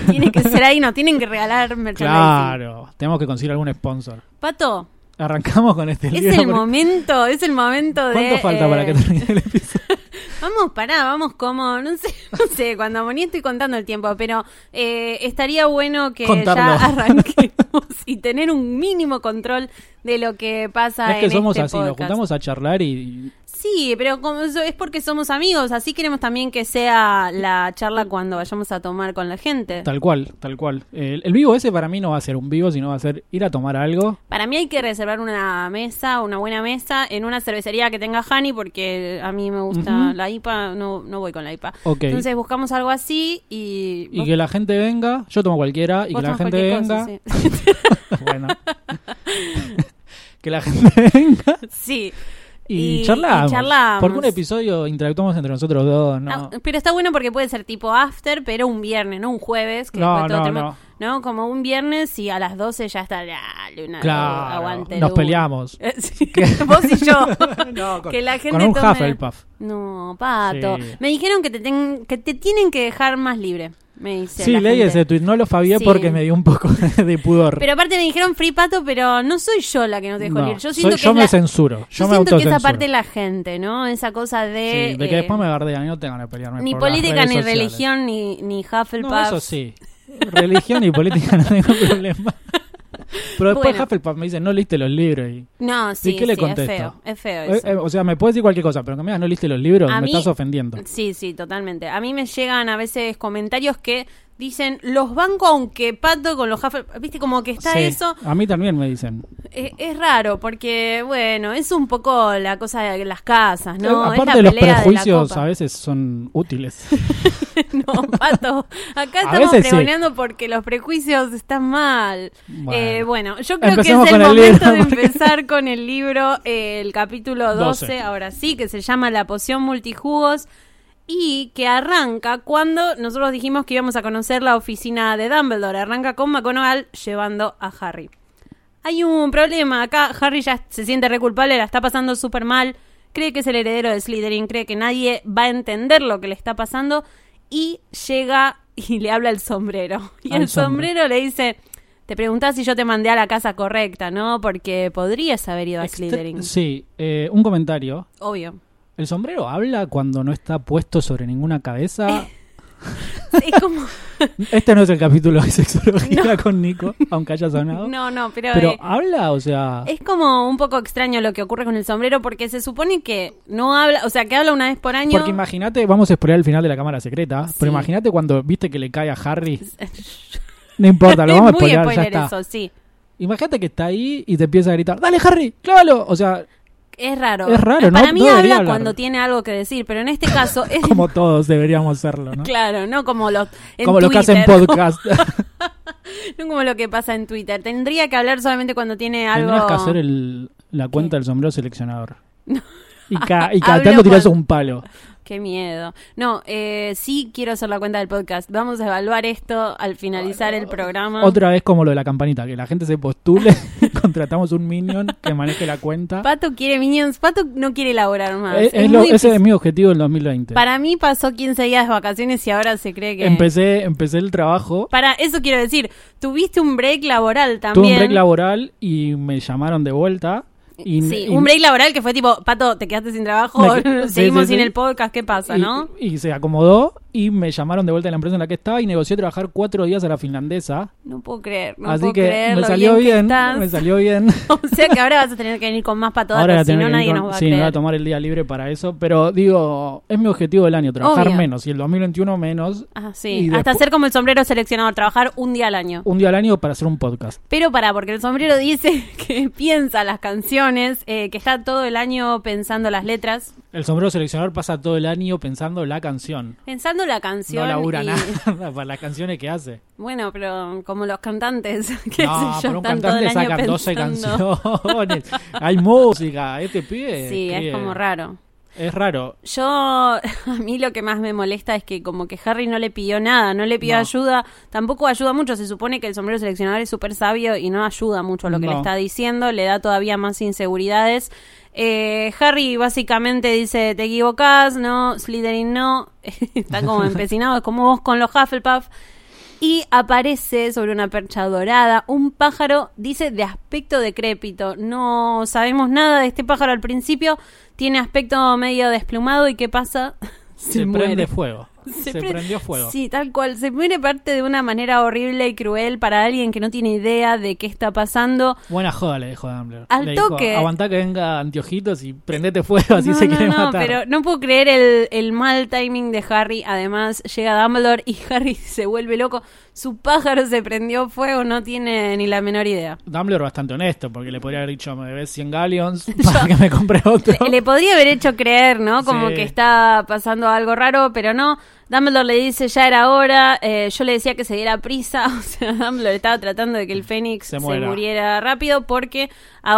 Speaker 1: *laughs* Tiene que ser ahí, no, tienen que regalar merchandising.
Speaker 2: claro, tenemos que conseguir algún sponsor.
Speaker 1: Pato,
Speaker 2: Arrancamos con este
Speaker 1: es
Speaker 2: libro.
Speaker 1: el
Speaker 2: porque-
Speaker 1: momento, es el momento de...
Speaker 2: ¿Cuánto falta para
Speaker 1: eh,
Speaker 2: que termine el episodio?
Speaker 1: Vamos, pará, vamos como, no sé, *laughs* no sé, cuando morí estoy contando el tiempo, pero eh, estaría bueno que
Speaker 2: Contarlo.
Speaker 1: ya *laughs* arranquemos y tener un mínimo control de lo que pasa
Speaker 2: es que
Speaker 1: en
Speaker 2: somos
Speaker 1: este
Speaker 2: así, nos
Speaker 1: podcast.
Speaker 2: juntamos a charlar y.
Speaker 1: Sí, pero como eso es porque somos amigos, así queremos también que sea la charla cuando vayamos a tomar con la gente.
Speaker 2: Tal cual, tal cual. El, el vivo ese para mí no va a ser un vivo, sino va a ser ir a tomar algo.
Speaker 1: Para mí hay que reservar una mesa, una buena mesa, en una cervecería que tenga Hani, porque a mí me gusta
Speaker 2: Ujú.
Speaker 1: la IPA, no, no voy con la IPA.
Speaker 2: Ok.
Speaker 1: Entonces buscamos algo así y...
Speaker 2: Y que la gente venga, yo tomo cualquiera, y que
Speaker 1: vos
Speaker 2: la
Speaker 1: tomás cualquier
Speaker 2: gente
Speaker 1: cosa,
Speaker 2: venga. *laughs* bueno. que la gente *laughs* venga
Speaker 1: *laughs* sí. Sí.
Speaker 2: y,
Speaker 1: Y- y
Speaker 2: charlamos.
Speaker 1: charlamos.
Speaker 2: Porque un episodio interactuamos entre nosotros dos, ¿no?
Speaker 1: Ah, pero está bueno porque puede ser tipo after, pero un viernes, no un jueves. Que
Speaker 2: No,
Speaker 1: después todos
Speaker 2: no,
Speaker 1: tenemos- ¿no? Como un viernes y a las 12 ya está la luna.
Speaker 2: claro.
Speaker 1: aguante
Speaker 2: nos
Speaker 1: luna.
Speaker 2: peleamos.
Speaker 1: Eh, *laughs*
Speaker 2: *laughs*
Speaker 1: sí, vos y yo. *laughs*
Speaker 2: No, con,
Speaker 1: que la gente
Speaker 2: con un
Speaker 1: tome-
Speaker 2: Hufflepuff.
Speaker 1: No, pato.
Speaker 2: Sí.
Speaker 1: Me dijeron que te, ten- que te tienen que dejar más libre. Me dice.
Speaker 2: Sí,
Speaker 1: la
Speaker 2: leí
Speaker 1: gente.
Speaker 2: ese tweet, no lo fabié
Speaker 1: Sí.
Speaker 2: porque me dio un poco *laughs* de pudor.
Speaker 1: Pero aparte me dijeron free pato, pero no soy yo la que no te dejo
Speaker 2: No,
Speaker 1: libre. Yo
Speaker 2: soy-
Speaker 1: siento que,
Speaker 2: yo
Speaker 1: es
Speaker 2: me
Speaker 1: la-
Speaker 2: censuro.
Speaker 1: yo
Speaker 2: Yo,
Speaker 1: siento que
Speaker 2: me
Speaker 1: esa
Speaker 2: autocensuro.
Speaker 1: parte es la gente, ¿no? Esa cosa de.
Speaker 2: Sí, de que
Speaker 1: eh,
Speaker 2: después me bardean y no tengan que pelearme.
Speaker 1: Ni
Speaker 2: por las
Speaker 1: política,
Speaker 2: redes
Speaker 1: ni
Speaker 2: sociales.
Speaker 1: religión, ni, ni Hufflepuff.
Speaker 2: No, eso sí. Religión y política no tengo *laughs* problema. Pero después
Speaker 1: Bueno.
Speaker 2: Hufflepuff me dice, no leíste los libros. Y,
Speaker 1: No, sí,
Speaker 2: qué le
Speaker 1: sí, es
Speaker 2: contesto?
Speaker 1: feo. Es feo
Speaker 2: Eh,
Speaker 1: eso.
Speaker 2: eh, o sea, me puedes decir cualquier cosa, pero que me digas, no leíste los libros,
Speaker 1: A
Speaker 2: me
Speaker 1: mí-
Speaker 2: estás ofendiendo.
Speaker 1: Sí, sí, totalmente. A mí me llegan a veces comentarios que dicen, los banco aunque pato con los Hufflepuff. Viste, como que está
Speaker 2: Sí,
Speaker 1: eso.
Speaker 2: A mí también me dicen.
Speaker 1: Eh, Es, raro, porque, bueno, es un poco la cosa de las casas, ¿no?
Speaker 2: Eh,
Speaker 1: Es la
Speaker 2: Aparte, los
Speaker 1: pelea de la
Speaker 2: prejuicios
Speaker 1: copa.
Speaker 2: a veces son útiles.
Speaker 1: *laughs* No, pato. Acá
Speaker 2: A
Speaker 1: estamos
Speaker 2: veces sí.
Speaker 1: pregoneando porque los prejuicios están mal.
Speaker 2: Bueno.
Speaker 1: Eh, bueno, yo creo que
Speaker 2: Empecemos
Speaker 1: es el
Speaker 2: con el
Speaker 1: momento
Speaker 2: libro,
Speaker 1: de
Speaker 2: *laughs* porque-
Speaker 1: empezar con el libro, eh, el capítulo 12,
Speaker 2: 12.
Speaker 1: ahora sí, que se llama La poción multijugos. Y que arranca cuando nosotros dijimos que íbamos a conocer la oficina de Dumbledore. Arranca con McGonagall llevando a Harry. Hay un problema acá. Harry ya se siente re culpable, la está pasando súper mal. Cree que es el heredero de Slytherin, cree que nadie va a entender lo que le está pasando. Y llega y le habla el sombrero. *laughs* Y
Speaker 2: Al
Speaker 1: el sombrero le dice: Te preguntás si yo te mandé a la casa correcta, ¿no? Porque podrías haber ido a
Speaker 2: Extre-
Speaker 1: Slytherin.
Speaker 2: Este, Sí, eh, un comentario. *laughs*
Speaker 1: Obvio.
Speaker 2: ¿El sombrero habla cuando no está puesto sobre
Speaker 1: *laughs*
Speaker 2: ninguna cabeza?
Speaker 1: Es como.
Speaker 2: Este no es el capítulo de sexología con Nico, aunque haya sonado.
Speaker 1: *laughs* No, no, pero.
Speaker 2: Pero ah.
Speaker 1: eh,
Speaker 2: habla, o sea.
Speaker 1: Es como un poco extraño lo que ocurre con el sombrero porque se supone que no habla, o sea, que habla una vez por año. *laughs*
Speaker 2: Porque imagínate, vamos a explorar el final de la cámara secreta, pero
Speaker 1: Sí.
Speaker 2: imagínate cuando viste que le cae a
Speaker 1: *laughs*
Speaker 2: Harry. No importa, lo vamos a
Speaker 1: es muy
Speaker 2: spoilear, ya
Speaker 1: spoiler
Speaker 2: está.
Speaker 1: eso, sí.
Speaker 2: Imagínate que está ahí y te empieza a gritar, dale Harry, clávalo.
Speaker 1: *laughs*
Speaker 2: O sea,
Speaker 1: Es raro.
Speaker 2: Es raro,
Speaker 1: Para
Speaker 2: no
Speaker 1: mí
Speaker 2: debería
Speaker 1: habla
Speaker 2: hablar.
Speaker 1: cuando tiene algo que decir, pero en este caso es
Speaker 2: como todos deberíamos hacerlo,
Speaker 1: *laughs*
Speaker 2: ¿no?
Speaker 1: claro, no como los en
Speaker 2: como los que hacen
Speaker 1: Twitter,
Speaker 2: podcast.
Speaker 1: *laughs*
Speaker 2: *laughs*
Speaker 1: no como lo que pasa en Twitter. Tendría que hablar solamente cuando tiene algo.
Speaker 2: Tendrás que hacer el- la cuenta del sombrero seleccionador. Y, ca
Speaker 1: *laughs*
Speaker 2: y
Speaker 1: Hablo
Speaker 2: cantando tirás
Speaker 1: cuando-
Speaker 2: un palo.
Speaker 1: Qué miedo. No, eh, sí quiero hacer la cuenta del podcast. Vamos a evaluar esto al finalizar el programa.
Speaker 2: Otra vez como lo de la campanita, que la gente se postule, *laughs* contratamos un minion que maneje la cuenta.
Speaker 1: Pato quiere minions. Pato no quiere elaborar más.
Speaker 2: Es-
Speaker 1: Es
Speaker 2: Eh, es lo-
Speaker 1: muy
Speaker 2: ese es
Speaker 1: difícil.
Speaker 2: mi objetivo del 2020.
Speaker 1: Para mí pasó 15 días de vacaciones y ahora se cree que.
Speaker 2: Empecé, empecé el trabajo
Speaker 1: Para eso quiero decir, tuviste un break laboral también.
Speaker 2: Tuve un break laboral y me llamaron de vuelta. Y,
Speaker 1: sí,
Speaker 2: y-
Speaker 1: un break laboral que fue tipo, Pato, te quedaste sin trabajo, *laughs*
Speaker 2: Me quedé- sí,
Speaker 1: seguimos
Speaker 2: sí, sí.
Speaker 1: sin el podcast, ¿qué pasa,
Speaker 2: y-
Speaker 1: no?
Speaker 2: Y se acomodó y me llamaron de vuelta de la empresa en la que estaba y negocié trabajar cuatro días a la finlandesa.
Speaker 1: No puedo creer, no
Speaker 2: así
Speaker 1: puedo
Speaker 2: que
Speaker 1: creer
Speaker 2: me
Speaker 1: lo
Speaker 2: salió
Speaker 1: bien que
Speaker 2: bien,
Speaker 1: estás. *laughs*
Speaker 2: me salió bien.
Speaker 1: O sea que ahora vas a tener que venir con más Pato
Speaker 2: Ahora
Speaker 1: Dato,
Speaker 2: la
Speaker 1: si
Speaker 2: tengo
Speaker 1: no
Speaker 2: que
Speaker 1: nadie
Speaker 2: venir
Speaker 1: nos
Speaker 2: con-
Speaker 1: va a
Speaker 2: sí, me voy a
Speaker 1: creer.
Speaker 2: tomar el día libre para eso. Pero digo, es mi objetivo del año, trabajar
Speaker 1: Obvio.
Speaker 2: menos. Y el 2021 menos.
Speaker 1: Ah,
Speaker 2: y
Speaker 1: sí, hasta
Speaker 2: despu-
Speaker 1: ser como el sombrero seleccionador, trabajar un día al año.
Speaker 2: Un día al año para hacer un podcast.
Speaker 1: Pero para, porque el sombrero dice *laughs* que piensa las canciones, eh, que está todo el año pensando las letras,
Speaker 2: El sombrero seleccionador pasa todo el año pensando la canción.
Speaker 1: pensando la canción.
Speaker 2: No labura
Speaker 1: y-
Speaker 2: nada *laughs* para las canciones que hace.
Speaker 1: *laughs* Bueno, pero como los cantantes, *laughs* que
Speaker 2: no,
Speaker 1: sé yo,
Speaker 2: pero un
Speaker 1: están todo el
Speaker 2: cantante
Speaker 1: año
Speaker 2: saca 12
Speaker 1: pensando. *laughs*
Speaker 2: canciones. Hay música. Este pibe.
Speaker 1: Sí, es
Speaker 2: escribe.
Speaker 1: como raro.
Speaker 2: Es raro.
Speaker 1: Yo, *laughs* a mí lo que más me molesta es que como que Harry no le pidió nada, no le pidió
Speaker 2: No.
Speaker 1: ayuda, tampoco ayuda mucho, se supone que el sombrero seleccionador es súper sabio y no ayuda mucho a lo que le
Speaker 2: No.
Speaker 1: está diciendo, le da todavía más inseguridades. Eh, Harry básicamente dice, te *laughs*
Speaker 2: *laughs*
Speaker 1: equivocás, no, Slytherin no, está como empecinado, es como vos con los Hufflepuff. y aparece sobre una percha dorada un pájaro, dice, de aspecto decrépito. No sabemos nada de este pájaro al principio, tiene aspecto medio desplumado y ¿qué pasa? *laughs*
Speaker 2: Se, prende fuego. Se,
Speaker 1: pre-
Speaker 2: prendió fuego.
Speaker 1: Sí, tal cual. Se muere parte de una manera horrible y cruel para alguien que no tiene idea de qué está pasando.
Speaker 2: Buena joda le dijo Dumbledore.
Speaker 1: Al
Speaker 2: Le dijo,
Speaker 1: toque. Eh,
Speaker 2: Aguantá que venga anteojitos y prendete fuego, *laughs* así
Speaker 1: no,
Speaker 2: se
Speaker 1: no,
Speaker 2: quiere
Speaker 1: no,
Speaker 2: matar.
Speaker 1: pero no puedo creer el, el mal timing de Harry. Además, llega Dumbledore y *laughs* Harry se vuelve loco. Su pájaro se prendió fuego, no tiene ni la menor idea.
Speaker 2: Dumbledore bastante honesto, porque le podría haber dicho, me debes
Speaker 1: *laughs*
Speaker 2: 100 galleons para que me compre otro.
Speaker 1: Le, le podría haber hecho creer, ¿no? Como
Speaker 2: Sí.
Speaker 1: que está pasando algo raro, pero no. Dumbledore le dice, ya era hora. eh, yo le decía que se diera prisa. *laughs* O sea, Dumbledore estaba tratando de que el Fénix
Speaker 2: Se
Speaker 1: se,
Speaker 2: muera.
Speaker 1: muriera rápido porque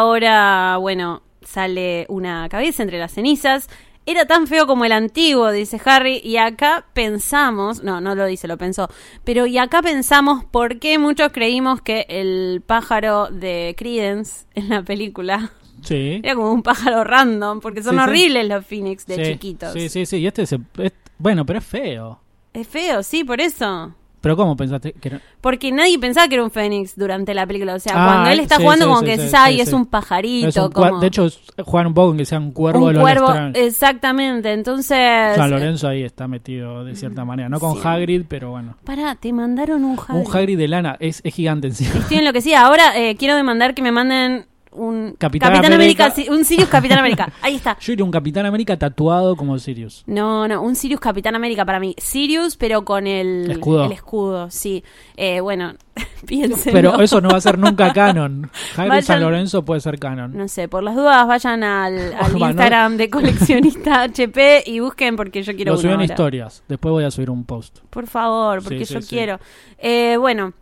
Speaker 1: ahora, bueno, sale una cabeza entre las cenizas. Era tan feo como el antiguo, dice Harry, y acá pensamos, no, no lo dice, lo pensó, pero y acá pensamos por qué muchos creímos que el pájaro de Credence en la película
Speaker 2: Sí.
Speaker 1: era como un pájaro random, porque son
Speaker 2: Sí, sí.
Speaker 1: horribles los Phoenix de
Speaker 2: Sí.
Speaker 1: chiquitos.
Speaker 2: Sí, sí, sí. Y este se- es- Bueno, pero es feo.
Speaker 1: Es feo, sí, por eso.
Speaker 2: ¿Pero cómo pensaste? Que no-
Speaker 1: Porque nadie pensaba que era un Fénix durante la película. O sea,
Speaker 2: Ah,
Speaker 1: cuando él está
Speaker 2: sí,
Speaker 1: jugando,
Speaker 2: sí,
Speaker 1: como
Speaker 2: sí,
Speaker 1: que
Speaker 2: sí,
Speaker 1: decís,
Speaker 2: sí,
Speaker 1: ay,
Speaker 2: sí.
Speaker 1: es un pajarito.
Speaker 2: es un cua-
Speaker 1: como
Speaker 2: De hecho, es- juegan un poco con que sea un cuervo de
Speaker 1: un
Speaker 2: los
Speaker 1: cuervo. eh,
Speaker 2: Lestrange.
Speaker 1: Exactamente. Entonces. eh,
Speaker 2: San Lorenzo ahí está metido de cierta manera. No con
Speaker 1: Mm, Sí.
Speaker 2: Hagrid, pero bueno.
Speaker 1: Pará, te mandaron un Hagrid.
Speaker 2: Un Hagrid de lana es, es gigante encima.
Speaker 1: Estoy enloquecida. Ahora eh, quiero demandar que me manden un
Speaker 2: Capitán
Speaker 1: América.
Speaker 2: América.
Speaker 1: sí, un Sirius Capitán América. Ahí está.
Speaker 2: Yo iría un Capitán América tatuado como
Speaker 1: *laughs*
Speaker 2: Sirius.
Speaker 1: No, no, un Sirius Capitán América para mí. Sirius, pero con el
Speaker 2: Escudo.
Speaker 1: el escudo, sí. Eh, bueno, *laughs* piensen.
Speaker 2: Pero eso no va a ser nunca canon.
Speaker 1: *laughs*
Speaker 2: Hagrid
Speaker 1: Vayan-
Speaker 2: San Lorenzo puede ser canon.
Speaker 1: No sé, por las dudas vayan
Speaker 2: *laughs*
Speaker 1: al, al
Speaker 2: Bueno, no-
Speaker 1: Instagram de
Speaker 2: *laughs*
Speaker 1: coleccionista HP y busquen porque yo quiero
Speaker 2: Lo
Speaker 1: uno
Speaker 2: subí en
Speaker 1: ahora.
Speaker 2: historias. Después voy a subir un post.
Speaker 1: Por favor, porque
Speaker 2: Sí, sí,
Speaker 1: yo
Speaker 2: sí.
Speaker 1: quiero. Eh, bueno,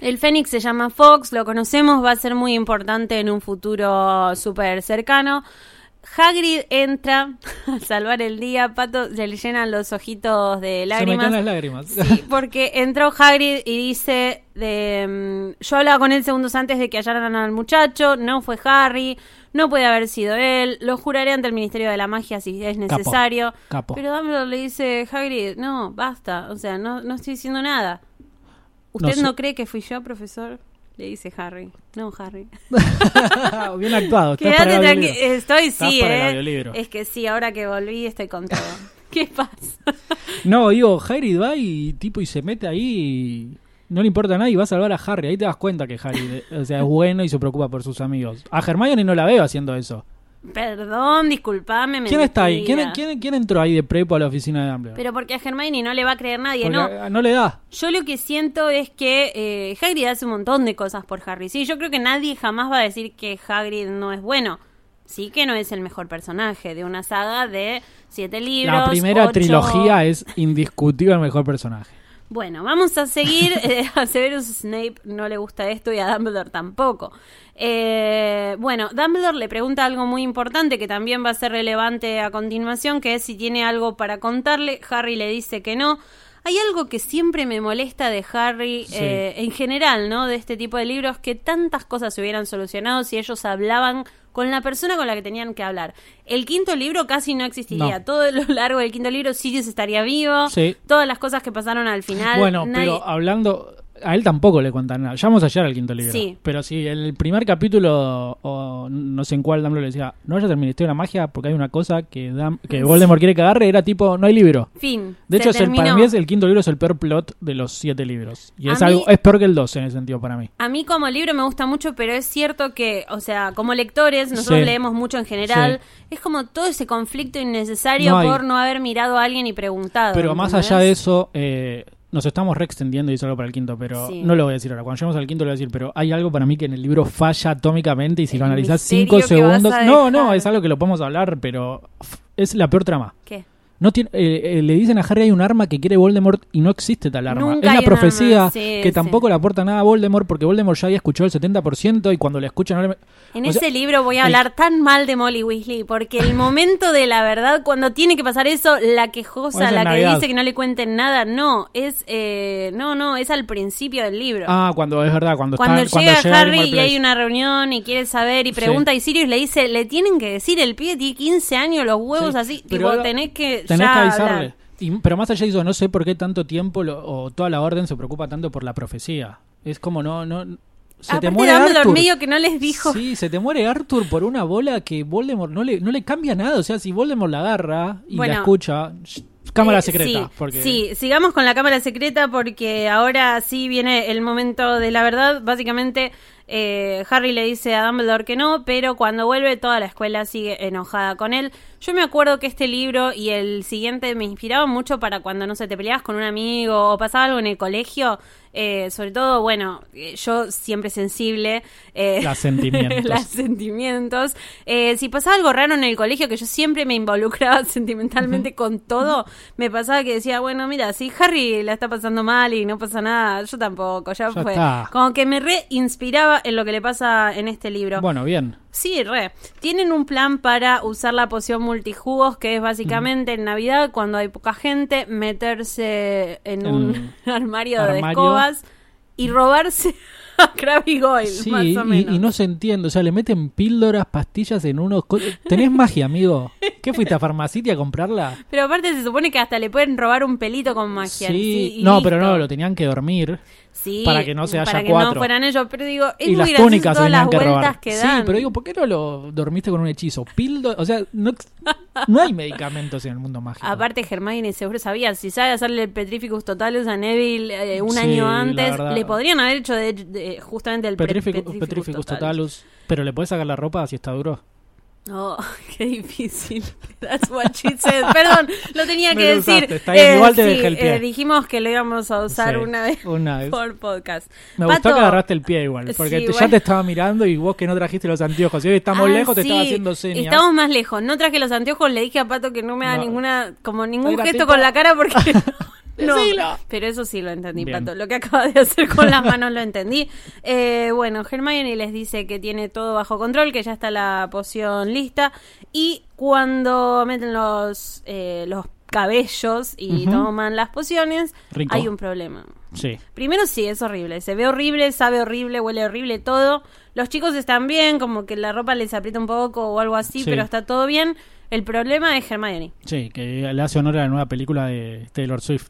Speaker 1: el Fénix se llama Fox, lo conocemos, va a ser muy importante en un futuro súper cercano. Hagrid entra *laughs* a salvar el día, Pato, se le llenan los ojitos de
Speaker 2: Se me
Speaker 1: lágrimas.
Speaker 2: caen las lágrimas.
Speaker 1: Sí, porque entró Hagrid y dice, de, mm, yo hablaba con él segundos antes de que hallaran al muchacho, no fue Harry, no puede haber sido él, lo juraré ante el Ministerio de la Magia si es
Speaker 2: Capo,
Speaker 1: necesario.
Speaker 2: *laughs* Capo.
Speaker 1: Pero Dumbledore le dice, Hagrid, no, basta, o sea, no, no estoy diciendo nada. ¿Usted no,
Speaker 2: sé.
Speaker 1: cree que fui yo, profesor? Le dice Harry. No, Harry.
Speaker 2: *laughs* Bien actuado. estás para
Speaker 1: Quédate
Speaker 2: el
Speaker 1: tranquilo.
Speaker 2: audiolibro.
Speaker 1: Estoy
Speaker 2: Estás
Speaker 1: sí,
Speaker 2: para el
Speaker 1: ¿eh?
Speaker 2: audiolibro.
Speaker 1: Es que sí, ahora que volví estoy con todo. *laughs* ¿Qué pasa? *laughs*
Speaker 2: No, digo, Hagrid va y tipo y se mete ahí y no le importa a nadie y va a salvar a Harry. Ahí te das cuenta que Harry eh, o sea, es bueno y se preocupa por sus amigos. A Hermione no la veo haciendo eso.
Speaker 1: Perdón, disculpame.
Speaker 2: ¿Quién está ahí?
Speaker 1: mentira.
Speaker 2: ¿Quién, quién, quién entró ahí de prepo a la oficina de Dumbledore?
Speaker 1: Pero porque a Hermione no le va a creer nadie,
Speaker 2: Porque,
Speaker 1: no.
Speaker 2: eh, no le da.
Speaker 1: Yo lo que siento es que eh, Hagrid hace un montón de cosas por Harry. Sí, yo creo que nadie jamás va a decir que Hagrid no es bueno. Sí que no es el mejor personaje de una saga de siete libros.
Speaker 2: La primera
Speaker 1: ocho-
Speaker 2: trilogía es indiscutible el mejor personaje.
Speaker 1: Bueno, vamos a seguir. *laughs* Eh, a Severus Snape no le gusta esto y a Dumbledore tampoco. Eh, bueno, Dumbledore le pregunta algo muy importante que también va a ser relevante a continuación, que es si tiene algo para contarle. Harry le dice que no. Hay algo que siempre me molesta de Harry
Speaker 2: Sí.
Speaker 1: eh, en general, ¿no? De este tipo de libros, que tantas cosas se hubieran solucionado si ellos hablaban con la persona con la que tenían que hablar. El quinto libro casi no existiría.
Speaker 2: No.
Speaker 1: Todo lo largo del quinto libro Sirius estaría vivo.
Speaker 2: Sí.
Speaker 1: Todas las cosas que pasaron al final.
Speaker 2: Bueno,
Speaker 1: nadie-
Speaker 2: pero ah, hablando, a él tampoco le cuentan nada. Ya vamos a llegar al quinto libro.
Speaker 1: Sí.
Speaker 2: Pero si el primer capítulo, o no sé en cuál, Dumbledore le decía, no vayas al Ministerio de la Magia porque hay una cosa que, Dam- que Voldemort quiere que agarre, era tipo, no hay libro.
Speaker 1: Fin.
Speaker 2: De
Speaker 1: se
Speaker 2: hecho, es el, para
Speaker 1: terminó.
Speaker 2: mí es el quinto libro es el peor plot de los siete libros. Y
Speaker 1: A
Speaker 2: es
Speaker 1: mí-
Speaker 2: algo es peor que el 12 en ese sentido para mí.
Speaker 1: A mí como libro me gusta mucho, pero es cierto que, o sea, como lectores, nosotros
Speaker 2: Sí.
Speaker 1: leemos mucho en general, es como todo ese conflicto innecesario
Speaker 2: No hay.
Speaker 1: por no haber mirado a alguien y preguntado.
Speaker 2: Pero más
Speaker 1: ¿entendés?
Speaker 2: allá de eso, eh, nos estamos reextendiendo y es algo para el quinto, pero
Speaker 1: Sí.
Speaker 2: no lo voy a decir ahora. Cuando lleguemos al quinto lo voy a decir, pero hay algo para mí que en el libro falla atómicamente y si lo
Speaker 1: El
Speaker 2: analizás
Speaker 1: misterio
Speaker 2: cinco
Speaker 1: que vas a
Speaker 2: segundos... No,
Speaker 1: dejar.
Speaker 2: no, es algo que lo podemos hablar, pero f- es la peor trama.
Speaker 1: ¿Qué?
Speaker 2: No tiene, eh, eh, le dicen a Harry hay un arma que quiere Voldemort y no existe tal arma.
Speaker 1: Nunca
Speaker 2: es
Speaker 1: hay
Speaker 2: la
Speaker 1: un
Speaker 2: profecía
Speaker 1: arma, sí,
Speaker 2: que
Speaker 1: sí.
Speaker 2: tampoco le aporta nada a Voldemort porque Voldemort ya había escuchado el 70% y cuando le escuchan... ahora me-
Speaker 1: En
Speaker 2: o sea,
Speaker 1: ese libro voy a
Speaker 2: el-
Speaker 1: hablar tan mal de Molly Weasley, porque el momento de la verdad, cuando tiene que pasar eso, la
Speaker 2: Bueno,
Speaker 1: quejosa,
Speaker 2: es
Speaker 1: la
Speaker 2: en
Speaker 1: que
Speaker 2: Navidad.
Speaker 1: dice que no le cuenten nada, no, es, eh, no, no, es al principio del libro.
Speaker 2: Ah, cuando es verdad, cuando,
Speaker 1: Cuando,
Speaker 2: está,
Speaker 1: llega
Speaker 2: cuando llega
Speaker 1: Harry
Speaker 2: Animal
Speaker 1: y hay
Speaker 2: Place.
Speaker 1: una reunión y quiere saber y pregunta y Sirius le dice, le tienen que decir, el pibe tiene 15 años, los huevos
Speaker 2: Sí,
Speaker 1: así,
Speaker 2: pero
Speaker 1: tipo,
Speaker 2: ahora
Speaker 1: tenés que
Speaker 2: Tenés
Speaker 1: ya
Speaker 2: que
Speaker 1: hablar".
Speaker 2: avisarle. Y- pero más allá de eso, no sé por qué tanto tiempo lo- o toda la orden se preocupa tanto por la profecía. Es como no, no se te
Speaker 1: Aparte
Speaker 2: muere
Speaker 1: Dumbledore
Speaker 2: Arthur.
Speaker 1: medio que no les dijo.
Speaker 2: Sí, se te muere Arthur por una bola que Voldemort no le, no le cambia nada. O sea, si Voldemort la agarra y
Speaker 1: Bueno.
Speaker 2: la escucha, sh- cámara
Speaker 1: Eh,
Speaker 2: secreta.
Speaker 1: Sí,
Speaker 2: porque
Speaker 1: sí, sigamos con la cámara secreta porque ahora sí viene el momento de la verdad. Básicamente, eh, Harry le dice a Dumbledore que no, pero cuando vuelve toda la escuela sigue enojada con él. Yo me acuerdo que este libro y el siguiente me inspiraban mucho para cuando, no sé, te peleabas con un amigo o pasaba algo en el colegio. Eh, sobre todo, bueno, eh, yo siempre sensible. eh, *laughs*
Speaker 2: Las sentimientos.
Speaker 1: las sentimientos. Eh, si pasaba algo raro en el colegio, que yo siempre me involucraba *laughs* sentimentalmente con todo, me pasaba que decía, bueno, mira, si Harry la está pasando mal y no pasa nada, yo tampoco, ya,
Speaker 2: Ya
Speaker 1: fue.
Speaker 2: está.
Speaker 1: Como que me reinspiraba en lo que le pasa en este libro.
Speaker 2: Bueno, bien.
Speaker 1: Sí, re. Tienen un plan para usar la poción multijugos, que es básicamente en Navidad, cuando hay poca gente, meterse en un *laughs* armario, de
Speaker 2: armario.
Speaker 1: escobas y robarse *laughs* a Krabby Goyle,
Speaker 2: Sí,
Speaker 1: eh, más
Speaker 2: y,
Speaker 1: o menos.
Speaker 2: y no se entiende. O sea, le meten píldoras, pastillas en unos. co- Tenés magia, amigo. ¿Qué fuiste a farmacia a comprarla?
Speaker 1: Pero aparte se supone que hasta le pueden robar un pelito con magia.
Speaker 2: Sí,
Speaker 1: y
Speaker 2: no, pero
Speaker 1: listo.
Speaker 2: no, lo tenían que dormir.
Speaker 1: Sí,
Speaker 2: para que no se haya
Speaker 1: para que
Speaker 2: cuatro.
Speaker 1: no fueran ellos, pero digo, es
Speaker 2: y
Speaker 1: muy
Speaker 2: las
Speaker 1: gracioso
Speaker 2: túnicas se
Speaker 1: todas las
Speaker 2: tenían que
Speaker 1: vueltas
Speaker 2: robar.
Speaker 1: que
Speaker 2: sí,
Speaker 1: dan.
Speaker 2: pero digo, ¿por qué no lo dormiste con un hechizo? Pildo, o sea,
Speaker 1: *laughs*
Speaker 2: no, ex- no hay medicamentos en el mundo mágico.
Speaker 1: Aparte Hermione seguro sabía, si sabe hacerle el Petrificus Totalus a Neville eh, un
Speaker 2: Sí,
Speaker 1: año
Speaker 2: la
Speaker 1: antes,
Speaker 2: verdad.
Speaker 1: le podrían haber hecho de- de- justamente el pre-
Speaker 2: Petrificu- Petrificus totalus. Pero le puedes sacar la ropa si está duro.
Speaker 1: Oh, *laughs* qué difícil. That's what she said. Perdón, lo tenía
Speaker 2: No
Speaker 1: que
Speaker 2: lo
Speaker 1: decir.
Speaker 2: usaste, está bien, igual te dejé el
Speaker 1: eh,
Speaker 2: pie.
Speaker 1: dijimos que lo íbamos a usar
Speaker 2: Sí,
Speaker 1: una vez
Speaker 2: Una vez.
Speaker 1: por podcast.
Speaker 2: Me
Speaker 1: Pato,
Speaker 2: gustó que agarraste el pie igual, porque
Speaker 1: Sí,
Speaker 2: te- ya
Speaker 1: bueno.
Speaker 2: te estaba mirando y vos que no trajiste los anteojos. Y hoy estamos
Speaker 1: Ah,
Speaker 2: lejos, te
Speaker 1: sí.
Speaker 2: estaba haciendo señas.
Speaker 1: Estamos más lejos. No traje los anteojos, le dije a Pato que no me haga
Speaker 2: No.
Speaker 1: ninguna, como ningún
Speaker 2: Era
Speaker 1: gesto
Speaker 2: tipo-
Speaker 1: con la cara porque.
Speaker 2: *laughs*
Speaker 1: No,
Speaker 2: Decilo.
Speaker 1: pero eso sí lo entendí,
Speaker 2: Bien.
Speaker 1: Pato. Lo que acaba de hacer con
Speaker 2: *laughs*
Speaker 1: las manos lo entendí. Eh, bueno, Hermione les dice que tiene todo bajo control, que ya está la poción lista. Y cuando meten los, eh, los cabellos y
Speaker 2: Ujú.
Speaker 1: toman las pociones,
Speaker 2: Rico.
Speaker 1: hay un problema.
Speaker 2: Sí.
Speaker 1: Primero sí, es horrible. Se ve horrible, sabe horrible, huele horrible todo. Los chicos están bien, como que la ropa les aprieta un poco o algo así,
Speaker 2: Sí.
Speaker 1: pero está todo bien. El problema es Hermione. *laughs*
Speaker 2: Sí, que le hace honor a la nueva película de Taylor Swift.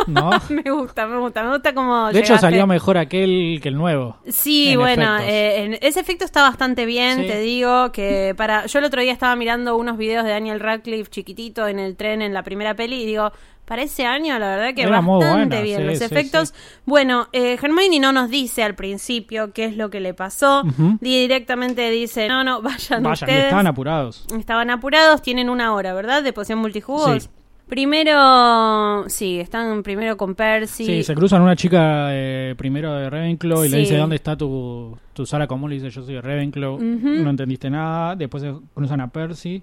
Speaker 1: *laughs*
Speaker 2: ¿No?
Speaker 1: Me gusta, me gusta, me gusta como...
Speaker 2: De hecho, salió mejor aquel que el nuevo.
Speaker 1: Sí,
Speaker 2: en
Speaker 1: bueno,
Speaker 2: efectos.
Speaker 1: eh, en- ese efecto está bastante bien,
Speaker 2: Sí.
Speaker 1: te digo que para... Yo el otro día estaba mirando unos videos de Daniel Radcliffe chiquitito en el tren en la primera peli y digo, para ese año la verdad que
Speaker 2: Era muy
Speaker 1: bastante
Speaker 2: buena,
Speaker 1: bien
Speaker 2: sí,
Speaker 1: los
Speaker 2: sí,
Speaker 1: efectos.
Speaker 2: sí.
Speaker 1: Bueno, eh, Hermione no nos dice al principio qué es lo que le pasó,
Speaker 2: Ujú.
Speaker 1: directamente dice, no, no, vayan,
Speaker 2: Vaya, y
Speaker 1: ustedes.
Speaker 2: estaban apurados.
Speaker 1: Estaban apurados, tienen una hora, ¿verdad? De poción multijugos.
Speaker 2: Sí.
Speaker 1: Primero, sí, están primero con Percy.
Speaker 2: Sí, se cruzan una chica eh, primero de Ravenclaw y le
Speaker 1: Sí.
Speaker 2: dice, ¿dónde está tu, tu sala común? Le dice, yo soy de Ravenclaw, no entendiste nada. Después se cruzan a Percy.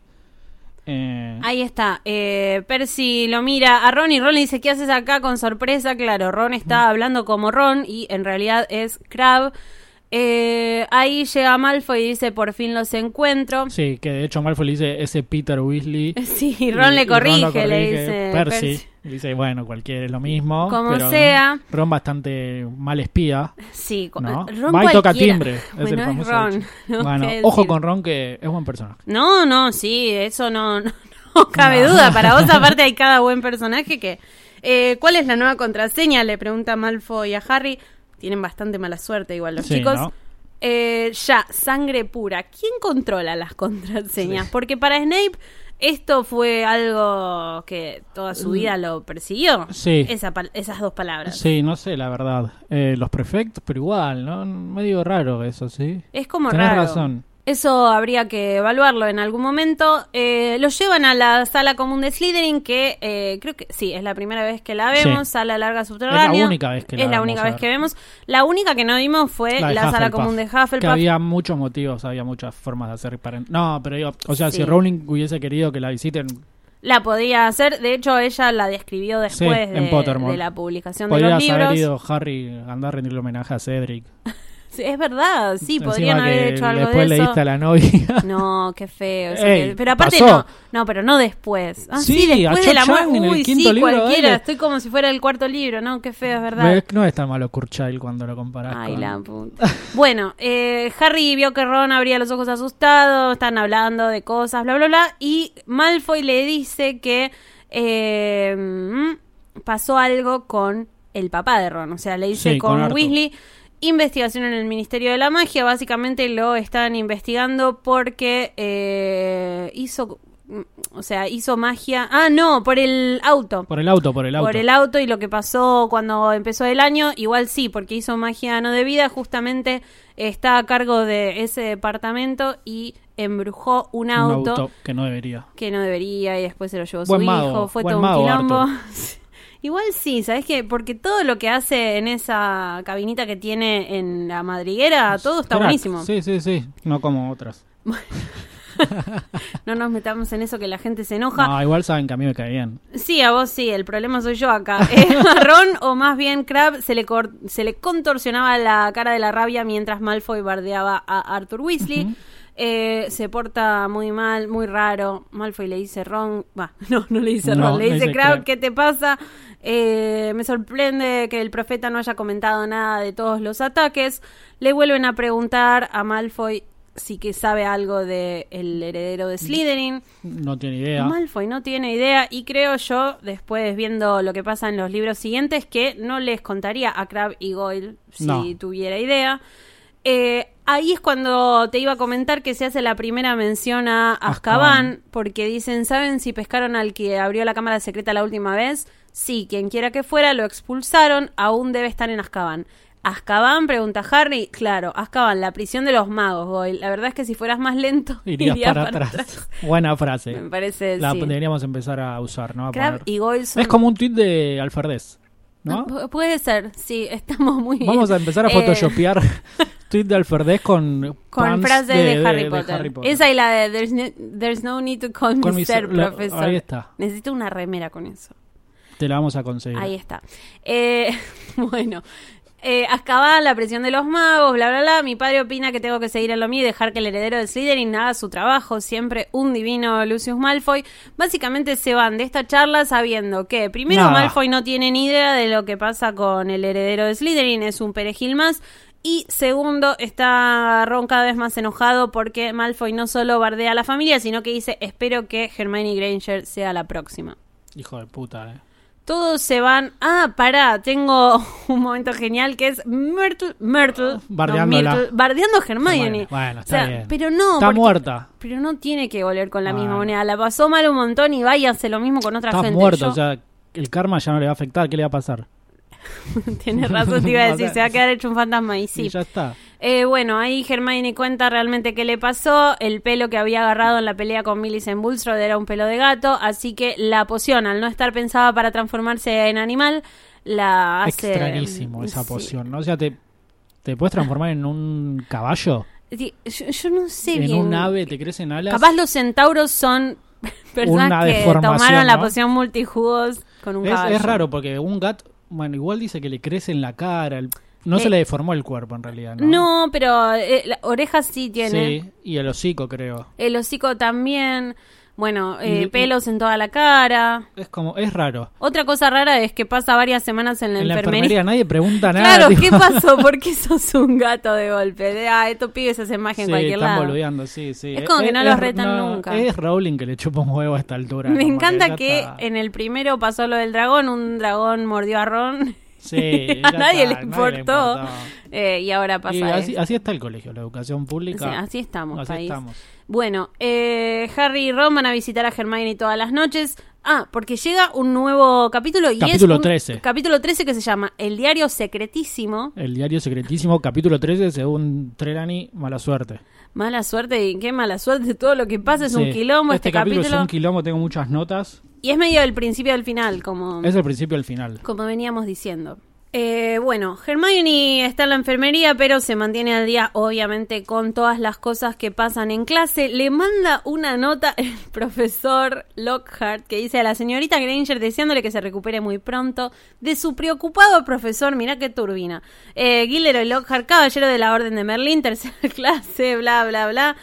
Speaker 2: Eh,
Speaker 1: Ahí está. Eh, Percy lo mira a Ron y Ron le dice, ¿qué haces acá? Con sorpresa, claro, Ron está hablando como Ron y en realidad es Crab. Eh, ahí llega Malfoy y dice, por fin los encuentro. *laughs*
Speaker 2: sí, que de hecho Malfoy le dice, ese Peter Weasley.
Speaker 1: Sí, *laughs* y Ron le
Speaker 2: y Ron
Speaker 1: corrige,
Speaker 2: lo
Speaker 1: le
Speaker 2: corrige,
Speaker 1: dice...
Speaker 2: Percy. Y dice, bueno, cualquiera es lo mismo.
Speaker 1: Como
Speaker 2: pero
Speaker 1: sea.
Speaker 2: Ron bastante mal espía.
Speaker 1: Sí, co-
Speaker 2: ¿no?
Speaker 1: Ron
Speaker 2: Va y toca
Speaker 1: cualquiera.
Speaker 2: timbre. Es
Speaker 1: Bueno,
Speaker 2: el
Speaker 1: es
Speaker 2: famoso
Speaker 1: Ron.
Speaker 2: hecho.
Speaker 1: *laughs* ¿no?
Speaker 2: Bueno,
Speaker 1: ¿Qué
Speaker 2: ojo
Speaker 1: decir?
Speaker 2: con Ron que es buen personaje.
Speaker 1: No, no, sí, eso no, *laughs* no, no cabe
Speaker 2: No.
Speaker 1: duda. Para vos, aparte, hay cada buen personaje que. Eh, ¿Cuál es la nueva contraseña? Le pregunta Malfoy a Harry. Tienen bastante mala suerte, igual los
Speaker 2: Sí,
Speaker 1: chicos.
Speaker 2: ¿no?
Speaker 1: Eh, ya, sangre pura. ¿Quién controla las contraseñas? Porque para Snape esto fue algo que toda su vida lo persiguió.
Speaker 2: Mm. Sí.
Speaker 1: Esa pal- esas dos palabras.
Speaker 2: Sí, no sé, la verdad. Eh, los prefectos, pero igual, ¿no? Medio raro eso, sí.
Speaker 1: Es como
Speaker 2: Tenés
Speaker 1: raro.
Speaker 2: razón.
Speaker 1: Eso habría que evaluarlo en algún momento. Eh, lo llevan a la sala común de Slytherin, que eh, creo que sí, es la primera vez que la vemos,
Speaker 2: Sí.
Speaker 1: sala larga subterránea.
Speaker 2: única vez que la
Speaker 1: Es la
Speaker 2: vamos
Speaker 1: única
Speaker 2: a
Speaker 1: vez
Speaker 2: ver.
Speaker 1: que vemos. La única que no vimos fue
Speaker 2: La
Speaker 1: Eh, la,
Speaker 2: de
Speaker 1: sala
Speaker 2: Hufflepuff,
Speaker 1: común de
Speaker 2: Que
Speaker 1: Hufflepuff.
Speaker 2: había muchos motivos, había muchas formas de hacer paren- No, pero digo, o sea,
Speaker 1: Sí.
Speaker 2: si Rowling hubiese querido que la visiten,
Speaker 1: La podía hacer. De hecho, ella la describió
Speaker 2: Sí,
Speaker 1: después
Speaker 2: en
Speaker 1: de,
Speaker 2: Pottermore.
Speaker 1: de la publicación de
Speaker 2: podría
Speaker 1: los
Speaker 2: haber
Speaker 1: libros.
Speaker 2: ido Harry a andar a rendirle homenaje a Cedric.
Speaker 1: Sí, Es verdad, sí,
Speaker 2: Encima
Speaker 1: podrían haber
Speaker 2: que
Speaker 1: hecho algo
Speaker 2: después
Speaker 1: de
Speaker 2: le
Speaker 1: eso.
Speaker 2: diste a la novia.
Speaker 1: No, qué feo. eso
Speaker 2: Ey,
Speaker 1: que- pero aparte
Speaker 2: pasó.
Speaker 1: no, no, pero no después. *laughs* Ah, sí,
Speaker 2: Sí, a
Speaker 1: después
Speaker 2: Cho
Speaker 1: del amor.
Speaker 2: Chang en el
Speaker 1: Uy,
Speaker 2: quinto
Speaker 1: sí,
Speaker 2: libro,
Speaker 1: cualquiera.
Speaker 2: dale.
Speaker 1: Estoy como si fuera el cuarto libro, ¿no? Qué feo, es verdad.
Speaker 2: ¿Ves? No es tan malo Kurchild cuando lo comparas
Speaker 1: Ay,
Speaker 2: con...
Speaker 1: la puta. Bueno, eh, Harry vio que Ron abría los ojos asustado, están hablando de cosas, bla, bla, bla, y Malfoy le dice que eh, pasó algo con el papá de Ron. O sea, le dice
Speaker 2: Sí, con
Speaker 1: con,
Speaker 2: Arthur.
Speaker 1: Weasley. Investigación en el Ministerio de la Magia. Básicamente lo están investigando porque eh, hizo. O sea, hizo magia. Ah, no, por el auto.
Speaker 2: Por el auto, por el auto.
Speaker 1: Por el auto y lo que pasó cuando empezó el año, igual sí, porque hizo magia no debida, justamente está a cargo de ese departamento y embrujó un
Speaker 2: Un
Speaker 1: auto,
Speaker 2: auto que no debería.
Speaker 1: que no debería y después se lo llevó
Speaker 2: Buen
Speaker 1: su
Speaker 2: mago,
Speaker 1: hijo, fue
Speaker 2: buen
Speaker 1: todo
Speaker 2: mago,
Speaker 1: un quilombo.
Speaker 2: Arthur.
Speaker 1: *laughs* igual sí, ¿sabes qué? Porque todo lo que hace en esa cabinita que tiene en la madriguera, todo está
Speaker 2: Crack.
Speaker 1: buenísimo.
Speaker 2: Sí, sí, sí. No como otras.
Speaker 1: No nos metamos en eso que la gente se enoja.
Speaker 2: No, igual saben que a mí me cae bien.
Speaker 1: Sí, a vos sí, el problema soy yo acá. *laughs* Eh, a Ron, o más bien Crab, se le, cor- se le contorsionaba la cara de la rabia mientras Malfoy bardeaba a Arthur Weasley. Eh, se porta muy mal, muy raro. Malfoy le dice Ron, va, *laughs* no, no le dice
Speaker 2: No,
Speaker 1: Ron, le
Speaker 2: le
Speaker 1: dice
Speaker 2: dice
Speaker 1: Crab,
Speaker 2: Crabbe.
Speaker 1: ¿qué te pasa? Eh, me sorprende que el profeta no haya comentado nada de todos los ataques. Le vuelven a preguntar a Malfoy si que sabe algo del el heredero de Slytherin.
Speaker 2: No tiene idea. *laughs*
Speaker 1: Malfoy no tiene idea y creo yo, después viendo lo que pasa en los libros siguientes, que no les contaría a Crab y Goyle si
Speaker 2: No.
Speaker 1: tuviera idea. Eh, ahí es cuando te iba a comentar que se hace la primera mención a Azkaban,
Speaker 2: Azkaban.
Speaker 1: porque dicen, ¿saben si pescaron al que abrió la cámara secreta la última vez? Sí, quien quiera que fuera, lo expulsaron, aún debe estar en Azkaban. ¿Azkaban? Pregunta Harry. Claro, Azkaban, la prisión de los magos, Goyle. La verdad es que si fueras más lento, *laughs*
Speaker 2: Irías para, atrás. *laughs* Buena frase.
Speaker 1: Me parece,
Speaker 2: La
Speaker 1: sí.
Speaker 2: deberíamos empezar a usar, ¿no? A
Speaker 1: Crab
Speaker 2: poner.
Speaker 1: y Goyle son-
Speaker 2: Es como un tweet de Alferdez, ¿no?
Speaker 1: Pu- Puede ser, sí, estamos muy
Speaker 2: Vamos a empezar a
Speaker 1: Eh, *laughs*
Speaker 2: photoshopear *laughs* tweet de Alferdez con,
Speaker 1: con
Speaker 2: pants
Speaker 1: frases de, Harry, Potter.
Speaker 2: Harry Potter.
Speaker 1: Esa y la de There's no, there's no need to call
Speaker 2: Con
Speaker 1: me
Speaker 2: mi
Speaker 1: sir,
Speaker 2: ser- la-
Speaker 1: profesor.
Speaker 2: ahí está.
Speaker 1: Necesito una remera con eso.
Speaker 2: Te la vamos a conseguir.
Speaker 1: Ahí está. Eh, *laughs* bueno. Eh, Azkaban, la presión de los magos, bla, bla, bla. Mi padre opina que tengo que seguir a lo mío y dejar que el heredero de Slytherin haga su trabajo. Siempre un divino Lucius Malfoy. Básicamente se van de esta charla sabiendo que primero
Speaker 2: Nada.
Speaker 1: Malfoy no tiene ni idea de lo que pasa con el heredero de Slytherin, es un perejil más. Y segundo, está Ron cada vez más enojado porque Malfoy no solo bardea a la familia, sino que dice, espero que Hermione Granger sea la próxima.
Speaker 2: Hijo de puta, eh.
Speaker 1: Todos se van. Ah, pará, tengo *laughs* un momento genial que es Myrtle. Myrtle. no,
Speaker 2: Bardeándola.
Speaker 1: Myrtle, bardeando a Hermione.
Speaker 2: Bueno, bueno, está
Speaker 1: O sea,
Speaker 2: bien.
Speaker 1: Pero no.
Speaker 2: está
Speaker 1: porque-
Speaker 2: muerta.
Speaker 1: Pero no tiene que volver con la misma
Speaker 2: Bueno.
Speaker 1: moneda. La pasó mal un montón y vaya, hace lo mismo con otra
Speaker 2: Está
Speaker 1: gente.
Speaker 2: muerta,
Speaker 1: Yo-
Speaker 2: o
Speaker 1: *laughs*
Speaker 2: sea, el karma ya no le va a afectar. ¿Qué le va a pasar?
Speaker 1: Tienes razón, te iba a
Speaker 2: O *laughs*
Speaker 1: decir,
Speaker 2: sea,
Speaker 1: se va a quedar hecho un fantasma y sí.
Speaker 2: Y ya está.
Speaker 1: Eh, bueno, ahí Hermione cuenta realmente qué le pasó. El pelo que había agarrado en la pelea con Millicent Bulstrode era un pelo de gato, así que la poción, al no estar pensada para transformarse en animal, la hace.
Speaker 2: Extrañísimo esa
Speaker 1: mm, Sí.
Speaker 2: poción, ¿no? O sea, te, te puedes transformar en un caballo,
Speaker 1: Sí, yo, yo no sé
Speaker 2: en
Speaker 1: bien.
Speaker 2: un ave, te crecen alas.
Speaker 1: Capaz los centauros
Speaker 2: *laughs*
Speaker 1: son
Speaker 2: Una
Speaker 1: personas que
Speaker 2: deformación,
Speaker 1: tomaron la
Speaker 2: ¿no?
Speaker 1: poción multijugos con un
Speaker 2: es,
Speaker 1: caballo.
Speaker 2: es raro porque un gato, bueno, igual dice que le crece en la cara. el- no
Speaker 1: Eh,
Speaker 2: se le deformó el cuerpo en realidad, ¿no?
Speaker 1: No, pero eh, la- orejas sí tiene.
Speaker 2: Sí, y el hocico creo.
Speaker 1: El hocico también. Bueno, eh,
Speaker 2: Y- y-
Speaker 1: pelos en toda la cara.
Speaker 2: Es como, es raro.
Speaker 1: Otra cosa rara es que pasa varias semanas en la
Speaker 2: en la
Speaker 1: enfermería.
Speaker 2: enfermería
Speaker 1: *laughs*
Speaker 2: nadie pregunta nada.
Speaker 1: claro,
Speaker 2: tipo,
Speaker 1: ¿qué
Speaker 2: *laughs*
Speaker 1: pasó? ¿Por qué sos un gato de golpe? De, ah, estos pibes hacen magia en
Speaker 2: sí,
Speaker 1: cualquier
Speaker 2: están
Speaker 1: lado.
Speaker 2: boludeando, sí, sí. Eh,
Speaker 1: Es como que no los retan nunca.
Speaker 2: Es Rowling que le chupa un huevo a esta altura.
Speaker 1: Me
Speaker 2: como
Speaker 1: encanta
Speaker 2: ya
Speaker 1: que
Speaker 2: está.
Speaker 1: en el primero pasó lo del dragón, un dragón mordió a Ron
Speaker 2: Sí,
Speaker 1: a *laughs*
Speaker 2: ya
Speaker 1: nadie
Speaker 2: está,
Speaker 1: le importó.
Speaker 2: importó.
Speaker 1: eh, y ahora pasa
Speaker 2: Y así,
Speaker 1: esto.
Speaker 2: así está el colegio, la educación pública.
Speaker 1: Sí, así estamos,
Speaker 2: Así
Speaker 1: país.
Speaker 2: estamos.
Speaker 1: Bueno, eh, Harry y Ron van a visitar a Hermione todas las noches. Ah, porque llega un nuevo capítulo y
Speaker 2: Capítulo
Speaker 1: es un
Speaker 2: 13.
Speaker 1: capítulo 13 que se llama El diario secretísimo.
Speaker 2: El diario secretísimo, *laughs* capítulo 13, según Trelani, mala suerte.
Speaker 1: Mala suerte y qué mala suerte todo lo que pasa es un
Speaker 2: Sí.
Speaker 1: quilombo este, capítulo,
Speaker 2: es un quilombo, tengo muchas notas.
Speaker 1: y es medio del principio al final como
Speaker 2: Es el principio al final.
Speaker 1: como veníamos diciendo. Eh, bueno, Hermione está en la enfermería, pero se mantiene al día, obviamente, con todas las cosas que pasan en clase. Le manda una nota el *laughs* profesor Lockhart que dice a la señorita Granger deseándole que se recupere muy pronto de su preocupado profesor, mirá qué turbina. Eh, Gilderoy Lockhart, caballero de la Orden de Merlín, *laughs* tercera clase, bla, bla, bla.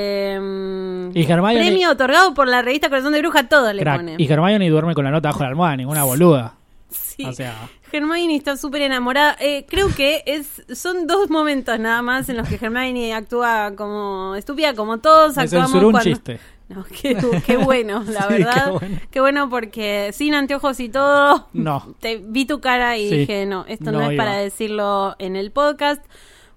Speaker 1: Eh,
Speaker 2: Y Hermione-
Speaker 1: Premio otorgado por la revista Corazón de Bruja, todo le
Speaker 2: Crack.
Speaker 1: pone.
Speaker 2: Y Hermione duerme con la nota bajo la almohada, ninguna boluda.
Speaker 1: Sí.
Speaker 2: O sea,
Speaker 1: Hermione está súper enamorada. Eh, creo que es son dos momentos nada más en los que Hermione actúa como estúpida, como todos
Speaker 2: me
Speaker 1: actuamos
Speaker 2: censuró un
Speaker 1: cuando-
Speaker 2: chiste.
Speaker 1: No, qué, du- qué
Speaker 2: *laughs*
Speaker 1: bueno, la
Speaker 2: Sí, qué
Speaker 1: verdad. Qué bueno.
Speaker 2: bueno.
Speaker 1: porque sin anteojos y todo,
Speaker 2: No.
Speaker 1: te vi tu cara y
Speaker 2: Sí.
Speaker 1: dije, no, esto no,
Speaker 2: No
Speaker 1: es
Speaker 2: iba.
Speaker 1: para decirlo en el podcast.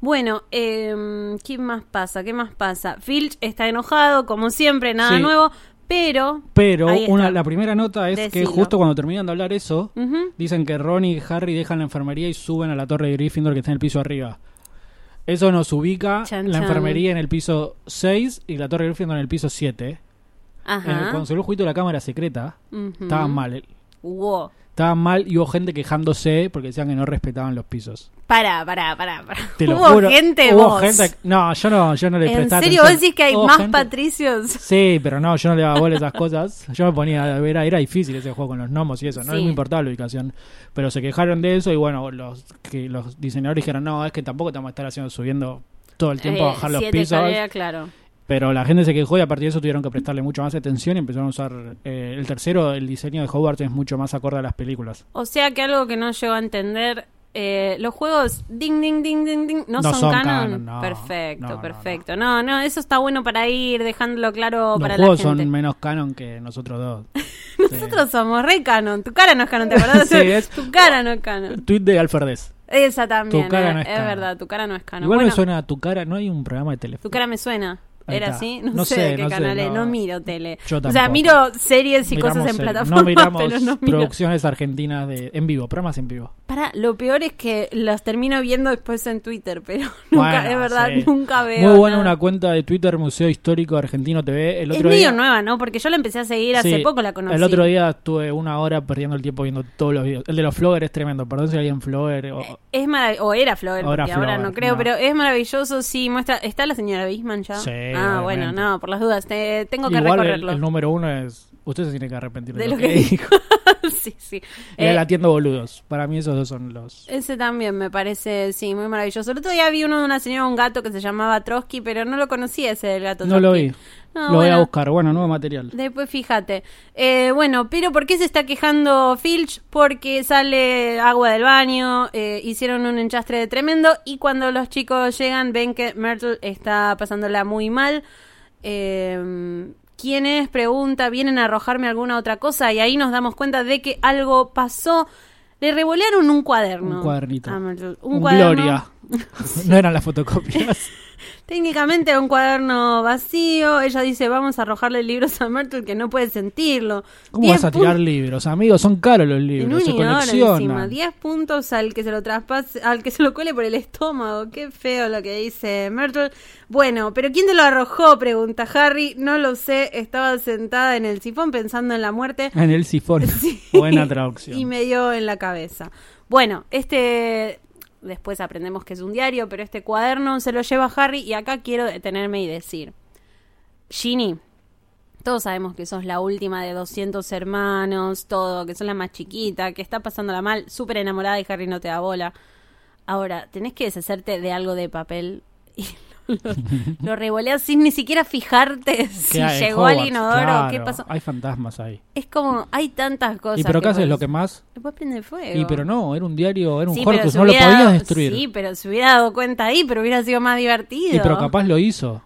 Speaker 1: Bueno, eh, ¿qué más pasa? ¿Qué más pasa? Filch está enojado, como siempre, nada
Speaker 2: Sí.
Speaker 1: nuevo, pero...
Speaker 2: Pero
Speaker 1: Ahí está.
Speaker 2: una, la primera nota es que
Speaker 1: Decilo.
Speaker 2: justo cuando terminan de hablar eso,
Speaker 1: Ujú.
Speaker 2: dicen que Ron y Harry dejan la enfermería y suben a la torre de Gryffindor que está en el piso arriba. Eso nos ubica
Speaker 1: Chan,
Speaker 2: la
Speaker 1: chan.
Speaker 2: enfermería en el piso 6 y la torre de Gryffindor en el piso 7. En el-
Speaker 1: Ajá.
Speaker 2: cuando salió el juicio de la cámara secreta,
Speaker 1: Ujú.
Speaker 2: estaban mal.
Speaker 1: Wow.
Speaker 2: Estaban mal y hubo gente quejándose porque decían que no respetaban los pisos.
Speaker 1: Pará, pará, pará, pará.
Speaker 2: Te lo
Speaker 1: hubo
Speaker 2: juro,
Speaker 1: gente,
Speaker 2: hubo
Speaker 1: vos.
Speaker 2: gente- No, yo no, yo no le
Speaker 1: ¿En
Speaker 2: prestaba
Speaker 1: serio vos
Speaker 2: atención.
Speaker 1: decís que hay
Speaker 2: Hubo
Speaker 1: más
Speaker 2: gente-
Speaker 1: patricios?
Speaker 2: Sí, pero no, yo no le daba bola a esas cosas. Yo me ponía a ver, era difícil ese juego con los gnomos y eso, no
Speaker 1: Sí.
Speaker 2: me importaba la ubicación. Pero se quejaron de eso y bueno, los que los diseñadores dijeron, no, es que tampoco te vamos a estar haciendo subiendo todo el tiempo a
Speaker 1: Eh,
Speaker 2: bajar los
Speaker 1: siete
Speaker 2: pisos.
Speaker 1: escaleras, claro.
Speaker 2: Pero la gente se quejó y a partir de eso tuvieron que prestarle mucho más atención y empezaron a usar eh, el tercero, el diseño de Hogwarts es mucho más acorde a las películas.
Speaker 1: O sea que algo que no llego a entender, eh, los juegos ding, ding, ding, ding, ding, no, son, canon.
Speaker 2: no.
Speaker 1: perfecto,
Speaker 2: No, no,
Speaker 1: perfecto. No. no, eso está bueno para ir dejándolo claro Oh, para
Speaker 2: los
Speaker 1: la
Speaker 2: juegos
Speaker 1: gente.
Speaker 2: son menos canon que nosotros dos. Sí.
Speaker 1: *laughs* Nosotros somos re canon. Tu cara no es canon, ¿te acordás?
Speaker 2: *laughs* Sí, es-
Speaker 1: Tu cara no es canon.
Speaker 2: Tweet de Alferdez.
Speaker 1: Esa también.
Speaker 2: Tu cara
Speaker 1: eh,
Speaker 2: no es
Speaker 1: es
Speaker 2: canon.
Speaker 1: verdad, tu cara Ah, no es canon.
Speaker 2: Igual
Speaker 1: Bueno,
Speaker 2: me suena a tu cara, no hay un programa de teléfono.
Speaker 1: Tu cara me suena.
Speaker 2: Ahí
Speaker 1: ¿Era
Speaker 2: está.
Speaker 1: así? No,
Speaker 2: No
Speaker 1: sé,
Speaker 2: sé,
Speaker 1: de qué
Speaker 2: no sé,
Speaker 1: canales. no.
Speaker 2: no.
Speaker 1: miro tele.
Speaker 2: Yo
Speaker 1: O sea,
Speaker 2: tampoco.
Speaker 1: miro series y cosas en
Speaker 2: series.
Speaker 1: plataformas,
Speaker 2: No miramos
Speaker 1: *laughs* pero no miro.
Speaker 2: producciones argentinas de, en vivo, programas en vivo.
Speaker 1: Para, lo peor es que las termino viendo después en Twitter, pero *laughs* nunca,
Speaker 2: Bueno,
Speaker 1: es verdad,
Speaker 2: sí.
Speaker 1: nunca veo.
Speaker 2: Muy buena
Speaker 1: nada.
Speaker 2: una cuenta de Twitter, Museo Histórico Argentino TV. El
Speaker 1: Es
Speaker 2: otro
Speaker 1: medio
Speaker 2: día,
Speaker 1: nueva, ¿no? Porque yo la empecé a seguir hace
Speaker 2: Sí,
Speaker 1: poco, la conocí.
Speaker 2: El otro día estuve una hora perdiendo el tiempo viendo todos los videos. El de los Flogger es tremendo, perdón si alguien Flogger. o-
Speaker 1: Es marav- o era Flower,
Speaker 2: Ahora
Speaker 1: porque ahora
Speaker 2: Flower,
Speaker 1: no creo,
Speaker 2: no.
Speaker 1: pero es maravilloso, sí, muestra... ¿Está la señora Bisman ya?
Speaker 2: Sí,
Speaker 1: Ah,
Speaker 2: obviamente.
Speaker 1: bueno, no, por las dudas, te- tengo que
Speaker 2: Igual el,
Speaker 1: recorrerlo.
Speaker 2: el número uno es. Usted se tiene que arrepentir de,
Speaker 1: De
Speaker 2: lo,
Speaker 1: lo
Speaker 2: que,
Speaker 1: que
Speaker 2: *laughs* dijo.
Speaker 1: *laughs* sí, sí.
Speaker 2: Era
Speaker 1: Eh,
Speaker 2: la tienda boludos. Para mí esos dos son los.
Speaker 1: Ese también me parece, sí, muy maravilloso. El otro día vi uno de una señora, un gato que se llamaba Trotsky, pero no lo conocía ese del gato.
Speaker 2: No lo
Speaker 1: Trotsky.
Speaker 2: vi.
Speaker 1: No,
Speaker 2: lo voy
Speaker 1: Ah,
Speaker 2: a
Speaker 1: bueno,
Speaker 2: buscar. Bueno, nuevo material.
Speaker 1: Después fíjate. Eh, bueno, pero ¿por qué se está quejando Filch? Porque sale agua del baño, eh, hicieron un enchastre de tremendo y cuando los chicos llegan ven que Myrtle está pasándola muy mal. Eh, ¿Quién es? Pregunta, ¿vienen a arrojarme alguna otra cosa? Y ahí nos damos cuenta de que algo pasó. Le revolearon un cuaderno.
Speaker 2: Un cuadernito.
Speaker 1: a Myrtle. Un,
Speaker 2: Un
Speaker 1: cuaderno. *laughs*
Speaker 2: Gloria. *laughs* no eran las fotocopias.
Speaker 1: Técnicamente un cuaderno vacío. Ella dice, vamos a arrojarle libros a Myrtle que no puede sentirlo.
Speaker 2: ¿Cómo
Speaker 1: Diez
Speaker 2: vas a tirar
Speaker 1: pun-
Speaker 2: libros, amigos? Son caros los
Speaker 1: En
Speaker 2: libros, se
Speaker 1: una hora encima.
Speaker 2: coleccionan.
Speaker 1: 10 puntos al que se lo traspase, al que se lo cuele por el estómago. Qué feo lo que dice Myrtle. Bueno, pero ¿quién te lo arrojó? Pregunta Harry. No lo sé. Estaba sentada en el sifón pensando en la muerte.
Speaker 2: En el
Speaker 1: *laughs*
Speaker 2: sifón.
Speaker 1: Sí.
Speaker 2: Buena traducción.
Speaker 1: Y me dio en la cabeza. Bueno, este. Después aprendemos que es un diario, pero este cuaderno se lo lleva Harry y acá quiero detenerme y decir. Ginny, todos sabemos que sos la última de 200 hermanos, todo, que sos la más chiquita, que está pasándola mal, súper enamorada y Harry no te da bola. Ahora, tenés que deshacerte de algo de papel *laughs* y lo, lo, lo revoleás sin ni siquiera fijarte si
Speaker 2: ¿Qué hay?
Speaker 1: llegó
Speaker 2: Hogwarts,
Speaker 1: al inodoro,
Speaker 2: claro,
Speaker 1: qué pasó.
Speaker 2: Hay fantasmas ahí.
Speaker 1: Es como, hay tantas cosas.
Speaker 2: y pero acá es lo
Speaker 1: podés-
Speaker 2: que más.
Speaker 1: Después prende fuego.
Speaker 2: Y pero no, era un diario, era un
Speaker 1: Sí, pero
Speaker 2: Horcrux,
Speaker 1: se
Speaker 2: no lo
Speaker 1: hubiera
Speaker 2: podías
Speaker 1: dado-
Speaker 2: destruir.
Speaker 1: Sí, pero se hubiera dado cuenta ahí, pero hubiera sido más divertido.
Speaker 2: y pero capaz lo hizo.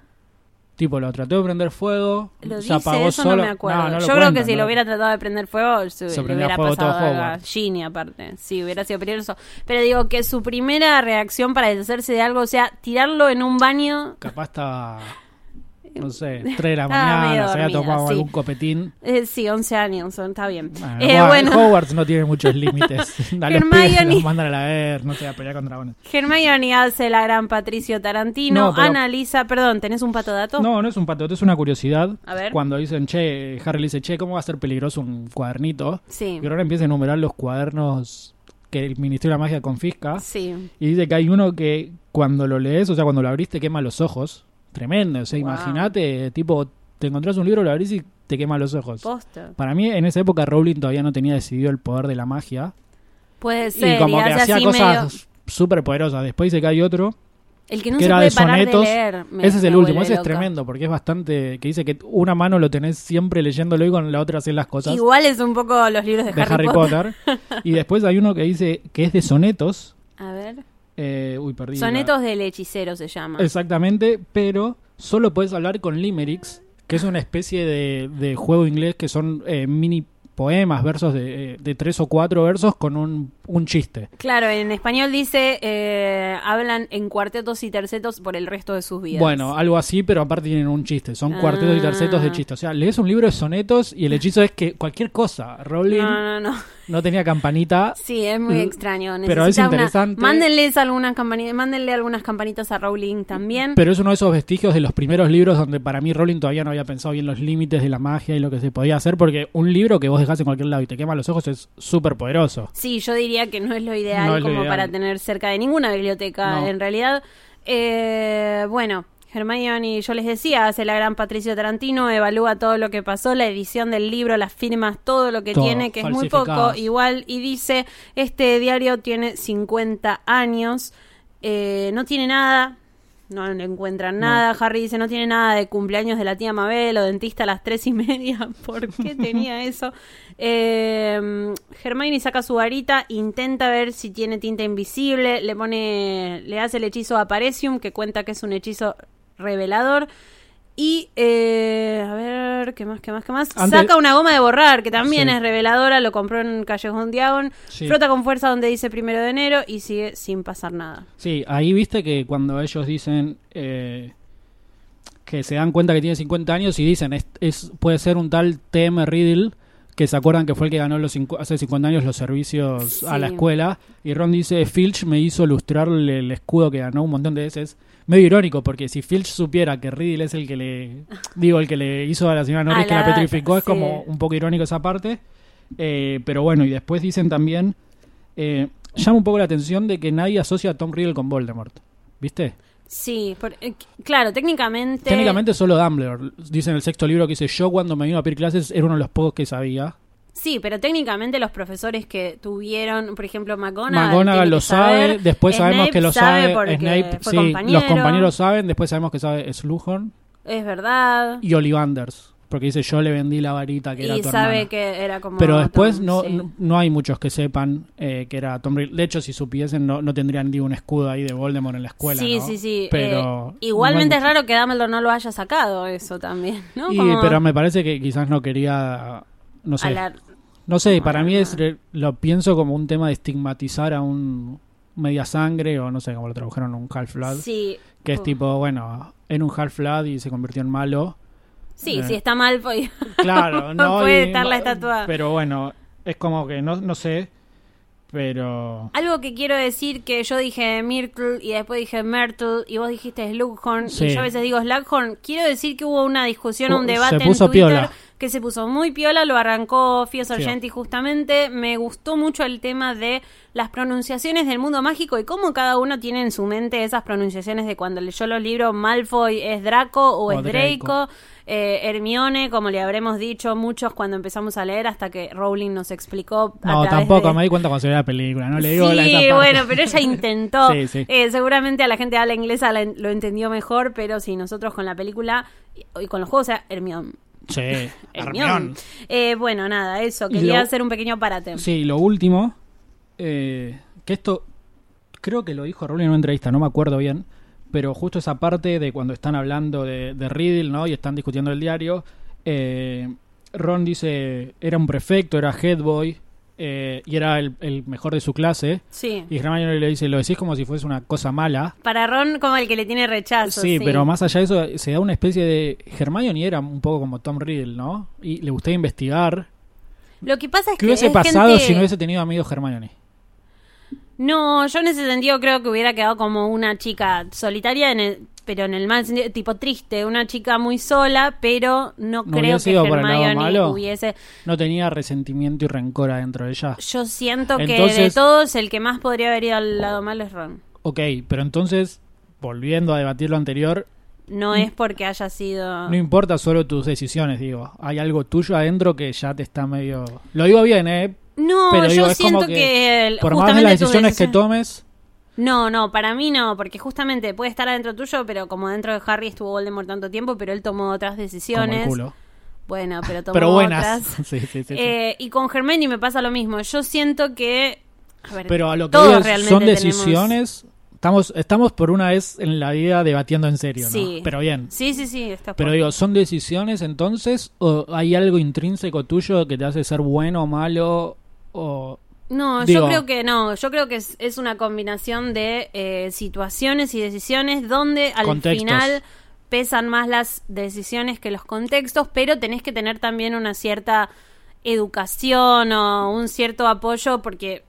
Speaker 2: Tipo, lo trató de prender fuego,
Speaker 1: Lo
Speaker 2: se
Speaker 1: dice,
Speaker 2: apagó
Speaker 1: eso
Speaker 2: solo.
Speaker 1: no me acuerdo.
Speaker 2: no lo
Speaker 1: Yo creo
Speaker 2: cuentan,
Speaker 1: que si
Speaker 2: ¿no?
Speaker 1: lo hubiera tratado de prender fuego, se,
Speaker 2: Se
Speaker 1: le
Speaker 2: prendía
Speaker 1: hubiera
Speaker 2: fuego todo
Speaker 1: pasado algo a
Speaker 2: Hogwarts.
Speaker 1: Ginny aparte. Sí, hubiera sido peligroso. Pero digo que su primera reacción para deshacerse de algo, o sea, tirarlo en un baño...
Speaker 2: Capaz estaba. No sé, 3 de la
Speaker 1: Estaba medio
Speaker 2: mañana, se había
Speaker 1: dormida,
Speaker 2: tomado
Speaker 1: sí.
Speaker 2: algún copetín.
Speaker 1: eh, sí, 11 años, son- está bien.
Speaker 2: Bueno,
Speaker 1: Eh,
Speaker 2: Hogwarts-
Speaker 1: bueno.
Speaker 2: Hogwarts no tiene muchos
Speaker 1: *laughs*
Speaker 2: límites. A los pibes
Speaker 1: Hermione.
Speaker 2: los mandan a la ver, no se va a pelear con dragones.
Speaker 1: Hermione hace la gran Patricio Tarantino,
Speaker 2: No, pero-
Speaker 1: analiza... Perdón, ¿tenés un pato dato?
Speaker 2: No, no es un patote, es una curiosidad.
Speaker 1: A ver.
Speaker 2: Cuando dicen, che, Harry le dice, che, ¿cómo va a ser peligroso un cuadernito?
Speaker 1: Sí.
Speaker 2: Y ahora empieza a enumerar los cuadernos que el Ministerio de la Magia confisca.
Speaker 1: Sí.
Speaker 2: Y dice que hay uno que cuando lo lees, o sea, cuando lo abrís te quema los ojos. Tremendo, o sea,
Speaker 1: Wow.
Speaker 2: imagínate, tipo, te encontrás un libro, lo abrís y te quema los ojos.
Speaker 1: Posta.
Speaker 2: Para mí, en esa época, Rowling todavía no tenía decidido el poder de la magia.
Speaker 1: Puede ser.
Speaker 2: y como que
Speaker 1: hace
Speaker 2: hacía
Speaker 1: así
Speaker 2: cosas
Speaker 1: medio-
Speaker 2: súper poderosas. Después dice que hay otro
Speaker 1: El que no
Speaker 2: que
Speaker 1: se
Speaker 2: era
Speaker 1: puede
Speaker 2: de
Speaker 1: parar
Speaker 2: sonetos.
Speaker 1: de leer. me-
Speaker 2: ese es el
Speaker 1: me
Speaker 2: último,
Speaker 1: vuelve
Speaker 2: ese es
Speaker 1: loca.
Speaker 2: tremendo, porque es bastante. que dice que una mano lo tenés siempre leyéndolo y con la otra haces las cosas
Speaker 1: Igual es un poco los libros de,
Speaker 2: de Harry Potter.
Speaker 1: *laughs*
Speaker 2: y después hay uno que dice que es de sonetos.
Speaker 1: A ver.
Speaker 2: eh, uy, perdí. la-
Speaker 1: Sonetos del hechicero se llama.
Speaker 2: Exactamente, pero solo puedes hablar con limericks que es una especie de, de juego inglés que son eh, mini poemas, versos de, de tres o cuatro versos con un, un chiste.
Speaker 1: Claro, en español dice, eh, hablan en cuartetos y tercetos por el resto de sus vidas.
Speaker 2: Bueno, algo así, pero aparte tienen un chiste. Son cuartetos y
Speaker 1: Ah.
Speaker 2: tercetos de chiste. O sea, lees un libro de sonetos y el hechizo es que cualquier cosa. Rowling
Speaker 1: no, no, no.
Speaker 2: no tenía campanita.
Speaker 1: Sí, es muy
Speaker 2: Mm.
Speaker 1: extraño.
Speaker 2: Pero es
Speaker 1: Necesita una-
Speaker 2: interesante.
Speaker 1: Mándenles algunas campani- mándenle algunas campanitas a Rowling también.
Speaker 2: Pero es uno de esos vestigios de los primeros libros donde para mí Rowling todavía no había pensado bien los límites de la magia y lo que se podía hacer, porque un libro que vos dejás en cualquier lado y te quema los ojos es súper poderoso.
Speaker 1: Sí, yo diría que no es lo ideal
Speaker 2: No es lo
Speaker 1: como
Speaker 2: ideal.
Speaker 1: para tener cerca de ninguna biblioteca,
Speaker 2: No.
Speaker 1: en realidad. Eh, bueno, Hermione, yo les decía, hace la gran Patricio Tarantino, evalúa todo lo que pasó, la edición del libro, las firmas, todo lo que
Speaker 2: Todo,
Speaker 1: tiene, que es muy poco,
Speaker 2: falsificadas.
Speaker 1: igual, y dice, este diario tiene 50 años, eh, no tiene nada. No le encuentran nada. Harry dice: No tiene nada de cumpleaños de la tía Mabel o dentista a las tres y media. *laughs* ¿Por qué tenía eso? Eh, Hermione saca su varita, intenta ver si tiene tinta invisible, le pone, le hace el hechizo Aparecium, que cuenta que es un hechizo revelador. Y, eh, a ver, ¿qué más, qué más, qué más?
Speaker 2: Antes-
Speaker 1: Saca una goma de borrar, que también
Speaker 2: Sí.
Speaker 1: es reveladora, lo compró en Callejón Diagon.
Speaker 2: Sí.
Speaker 1: Frota con fuerza donde dice primero de enero y sigue sin pasar nada.
Speaker 2: Sí, ahí viste que cuando ellos dicen eh, que se dan cuenta que tiene 50 años y dicen, es, es- puede ser un tal TM Riddle, que se acuerdan que fue el que ganó los cincu- hace 50 años los servicios a la
Speaker 1: Sí.
Speaker 2: escuela, y Ron dice, Filch me hizo lustrarle el escudo que ganó un montón de veces. Medio irónico, porque si Filch supiera que Riddle es el que le, digo, el que le hizo a la señora Norris,
Speaker 1: A
Speaker 2: que la
Speaker 1: la-
Speaker 2: petrificó, es
Speaker 1: sí.
Speaker 2: como un poco irónico esa parte. Eh, pero bueno, y después dicen también eh, llama un poco la atención de que nadie asocia a Tom Riddle con Voldemort. ¿Viste?
Speaker 1: Sí, por- eh, claro, técnicamente.
Speaker 2: Técnicamente solo Dumbledore. Dice en el sexto libro que dice, yo cuando me vino a pedir clases era uno de los pocos que sabía.
Speaker 1: Sí, pero técnicamente los profesores que tuvieron, por ejemplo, McGonagall. tiene
Speaker 2: McGonagall
Speaker 1: que
Speaker 2: lo sabe,
Speaker 1: saber,
Speaker 2: después sabemos
Speaker 1: Snape
Speaker 2: que lo sabe,
Speaker 1: porque
Speaker 2: Snape,
Speaker 1: fue
Speaker 2: sí,
Speaker 1: compañero,
Speaker 2: los compañeros saben, después sabemos que sabe Slughorn
Speaker 1: Es verdad.
Speaker 2: y Ollivanders, porque dice, yo le vendí la varita que era
Speaker 1: Y
Speaker 2: tu
Speaker 1: sabe
Speaker 2: hermana".
Speaker 1: que era como.
Speaker 2: Pero después
Speaker 1: Tom,
Speaker 2: no,
Speaker 1: sí.
Speaker 2: no, no hay muchos que sepan eh, que era Tom Riddle. De hecho, si supiesen, no, no tendrían ni un escudo ahí de Voldemort en la escuela.
Speaker 1: sí,
Speaker 2: ¿no?
Speaker 1: sí, sí.
Speaker 2: Pero
Speaker 1: Eh, igualmente
Speaker 2: no hay
Speaker 1: es raro que Dumbledore no lo haya sacado, eso también, ¿no?
Speaker 2: Y,
Speaker 1: Como
Speaker 2: Pero me parece que quizás no quería. No sé.
Speaker 1: alar-
Speaker 2: No sé, para mí es, re- lo pienso como un tema de estigmatizar a un media sangre o no sé cómo lo tradujeron, un half-blood.
Speaker 1: Sí.
Speaker 2: Que es
Speaker 1: Uh,
Speaker 2: tipo, bueno, en un half-blood y se convirtió
Speaker 1: *laughs*
Speaker 2: en malo.
Speaker 1: Sí,
Speaker 2: eh.
Speaker 1: si está mal, pues.
Speaker 2: Claro, no.
Speaker 1: Puede
Speaker 2: y-
Speaker 1: estar la estatua.
Speaker 2: Pero bueno, es como que no, no sé. Pero.
Speaker 1: Algo que quiero decir que yo dije Myrtle y después dije Myrtle y vos dijiste Slughorn
Speaker 2: Sí.
Speaker 1: y yo a veces digo Slughorn. Quiero decir que hubo una discusión,
Speaker 2: Uh,
Speaker 1: un debate
Speaker 2: se puso
Speaker 1: en Twitter
Speaker 2: piola.
Speaker 1: que se puso muy piola, lo arrancó Fio Sargenti
Speaker 2: Fio.
Speaker 1: justamente. Me gustó mucho el tema de las pronunciaciones del mundo mágico y cómo cada uno tiene en su mente esas pronunciaciones de cuando leyó los libros Malfoy es Draco o,
Speaker 2: O
Speaker 1: es Draco.
Speaker 2: Draco.
Speaker 1: eh, Hermione, como le habremos dicho muchos cuando empezamos a leer, hasta que Rowling nos explicó. a
Speaker 2: No,
Speaker 1: través
Speaker 2: tampoco,
Speaker 1: de-
Speaker 2: me di cuenta cuando se ve la película, no le digo la esa
Speaker 1: sí,
Speaker 2: parte.
Speaker 1: bueno, pero ella intentó.
Speaker 2: Sí, sí.
Speaker 1: Eh, seguramente a la gente de habla inglesa la en- lo entendió mejor, pero sí, nosotros con la película y, y con los juegos, era Hermione.
Speaker 2: *laughs* Sí,
Speaker 1: Hermione.
Speaker 2: Hermión.
Speaker 1: Eh, bueno, nada, eso. Quería
Speaker 2: lo-
Speaker 1: hacer un pequeño parate.
Speaker 2: Sí, y lo último, eh, que esto creo que lo dijo Rowling en una entrevista, no me acuerdo bien, pero justo esa parte de cuando están hablando de, de Riddle, ¿no? Y están discutiendo el diario, eh, Ron dice, era un prefecto, era head boy, eh, y era el, el mejor de su clase,
Speaker 1: Sí.
Speaker 2: y Hermione le dice, lo decís como si fuese una cosa mala.
Speaker 1: Para Ron, como el que le tiene rechazo.
Speaker 2: Sí, pero más allá de eso, se da una especie de... Hermione era un poco como Tom Riddle, ¿no? Y le gustaba investigar.
Speaker 1: Lo que pasa es que.
Speaker 2: ¿Qué hubiese
Speaker 1: es
Speaker 2: pasado
Speaker 1: gente-
Speaker 2: si no hubiese tenido amigos Hermione?
Speaker 1: No, yo en ese sentido creo que hubiera quedado como una chica solitaria, en el- pero en el mal sentido, tipo triste, una chica muy sola, pero no,
Speaker 2: ¿No
Speaker 1: creo
Speaker 2: hubiese
Speaker 1: que
Speaker 2: ido por el lado
Speaker 1: Hermione
Speaker 2: malo?
Speaker 1: hubiese.
Speaker 2: no tenía resentimiento y rencor adentro de ella.
Speaker 1: Yo siento que de
Speaker 2: Entonces-
Speaker 1: todos el que más podría haber ido al lado malo es Ron.
Speaker 2: Ok, pero entonces, volviendo a debatir lo anterior,
Speaker 1: No es porque haya sido...
Speaker 2: Mm. no importa solo tus decisiones, digo. Hay algo tuyo adentro que ya te está medio... Lo digo bien, ¿eh?
Speaker 1: No,
Speaker 2: Pero
Speaker 1: yo
Speaker 2: digo, es
Speaker 1: siento
Speaker 2: como
Speaker 1: que,
Speaker 2: que
Speaker 1: el-
Speaker 2: Por más
Speaker 1: justamente
Speaker 2: de las
Speaker 1: tus
Speaker 2: decisiones que
Speaker 1: decisiones-
Speaker 2: tomes,
Speaker 1: No, no, para mí no, porque justamente puede estar adentro tuyo, pero como dentro de Harry estuvo Voldemort tanto tiempo, pero él tomó otras
Speaker 2: como el
Speaker 1: decisiones.
Speaker 2: culo.
Speaker 1: Bueno,
Speaker 2: *laughs*
Speaker 1: pero tomó
Speaker 2: Pero buenas.
Speaker 1: otras.
Speaker 2: *laughs* Sí, sí, sí, sí.
Speaker 1: Eh, y con Hermione me pasa lo mismo. Yo siento que... a ver,
Speaker 2: pero a lo que
Speaker 1: todos
Speaker 2: digo es,
Speaker 1: realmente
Speaker 2: son
Speaker 1: tenemos-
Speaker 2: decisiones Estamos, estamos por una vez en la vida debatiendo en serio, ¿no?
Speaker 1: Sí.
Speaker 2: Pero bien.
Speaker 1: Sí, sí, sí, está
Speaker 2: Pero
Speaker 1: por-
Speaker 2: digo, ¿son decisiones entonces? ¿O hay algo intrínseco tuyo que te hace ser bueno o malo? O...
Speaker 1: No,
Speaker 2: Digo-
Speaker 1: yo creo que no. Yo creo que es, es una combinación de eh, situaciones y decisiones donde al
Speaker 2: Contextos.
Speaker 1: final pesan más las decisiones que los contextos, pero tenés que tener también una cierta educación o un cierto apoyo porque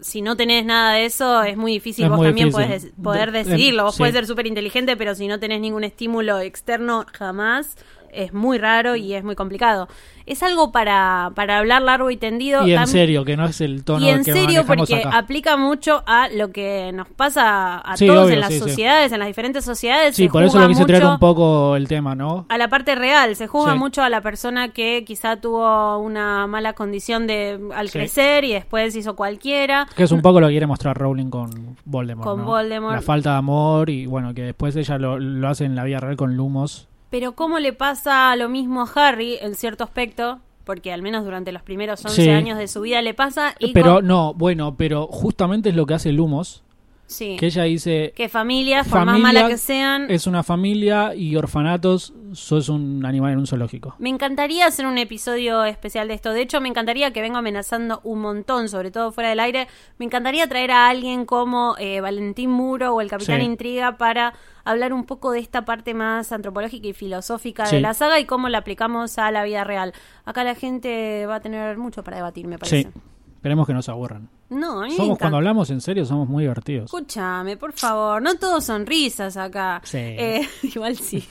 Speaker 1: si no tenés nada de eso es muy difícil
Speaker 2: Es
Speaker 1: vos
Speaker 2: muy
Speaker 1: también
Speaker 2: difícil.
Speaker 1: podés des- poder
Speaker 2: De- em,
Speaker 1: decidirlo. Vos
Speaker 2: sí.
Speaker 1: podés ser súper inteligente, pero si no tenés ningún estímulo externo jamás es muy raro y es muy complicado. Es algo para, para hablar largo y tendido.
Speaker 2: Y en
Speaker 1: Tam-
Speaker 2: serio, que no es el tono
Speaker 1: y en
Speaker 2: que
Speaker 1: serio,
Speaker 2: manejamos
Speaker 1: porque
Speaker 2: acá.
Speaker 1: aplica mucho a lo que nos pasa a
Speaker 2: Sí,
Speaker 1: todos
Speaker 2: obvio,
Speaker 1: en las
Speaker 2: sí, sí.
Speaker 1: sociedades, en las diferentes sociedades.
Speaker 2: Sí,
Speaker 1: se
Speaker 2: por eso
Speaker 1: juzga
Speaker 2: lo quise traer
Speaker 1: mucho
Speaker 2: un poco el tema, ¿no?
Speaker 1: A la parte real, se juzga
Speaker 2: Sí.
Speaker 1: mucho a la persona que quizá tuvo una mala condición de al
Speaker 2: Sí.
Speaker 1: crecer y después hizo cualquiera.
Speaker 2: Que es un poco lo que quiere mostrar Rowling con Voldemort.
Speaker 1: Con
Speaker 2: ¿no?
Speaker 1: Voldemort.
Speaker 2: La falta de amor y bueno, que después ella lo, lo hace en la vida real con Lumos.
Speaker 1: Pero ¿cómo le pasa lo mismo a Harry en cierto aspecto? Porque al menos durante los primeros 11
Speaker 2: Sí.
Speaker 1: años de su vida le pasa. Y
Speaker 2: Pero
Speaker 1: con-
Speaker 2: no, bueno, pero justamente es lo que hace Lumos.
Speaker 1: sí.
Speaker 2: Que ella dice:
Speaker 1: Que familias, por más
Speaker 2: Familia
Speaker 1: malas que sean,
Speaker 2: es una familia y orfanatos, sos un animal en un zoológico.
Speaker 1: Me encantaría hacer un episodio especial de esto. De hecho, me encantaría que venga amenazando un montón, sobre todo fuera del aire. Me encantaría traer a alguien como eh, Valentín Muro o el Capitán
Speaker 2: Sí.
Speaker 1: Intriga para hablar un poco de esta parte más antropológica y filosófica
Speaker 2: Sí.
Speaker 1: de la saga y cómo la aplicamos a la vida real. Acá la gente va a tener mucho para debatir, me parece.
Speaker 2: Sí, esperemos que no se aburran.
Speaker 1: No, a mí me
Speaker 2: Somos, cuando
Speaker 1: encanta.
Speaker 2: hablamos en serio, somos muy divertidos.
Speaker 1: Escúchame, por favor, no todos sonrisas acá.
Speaker 2: Sí.
Speaker 1: Eh, *laughs* igual sí.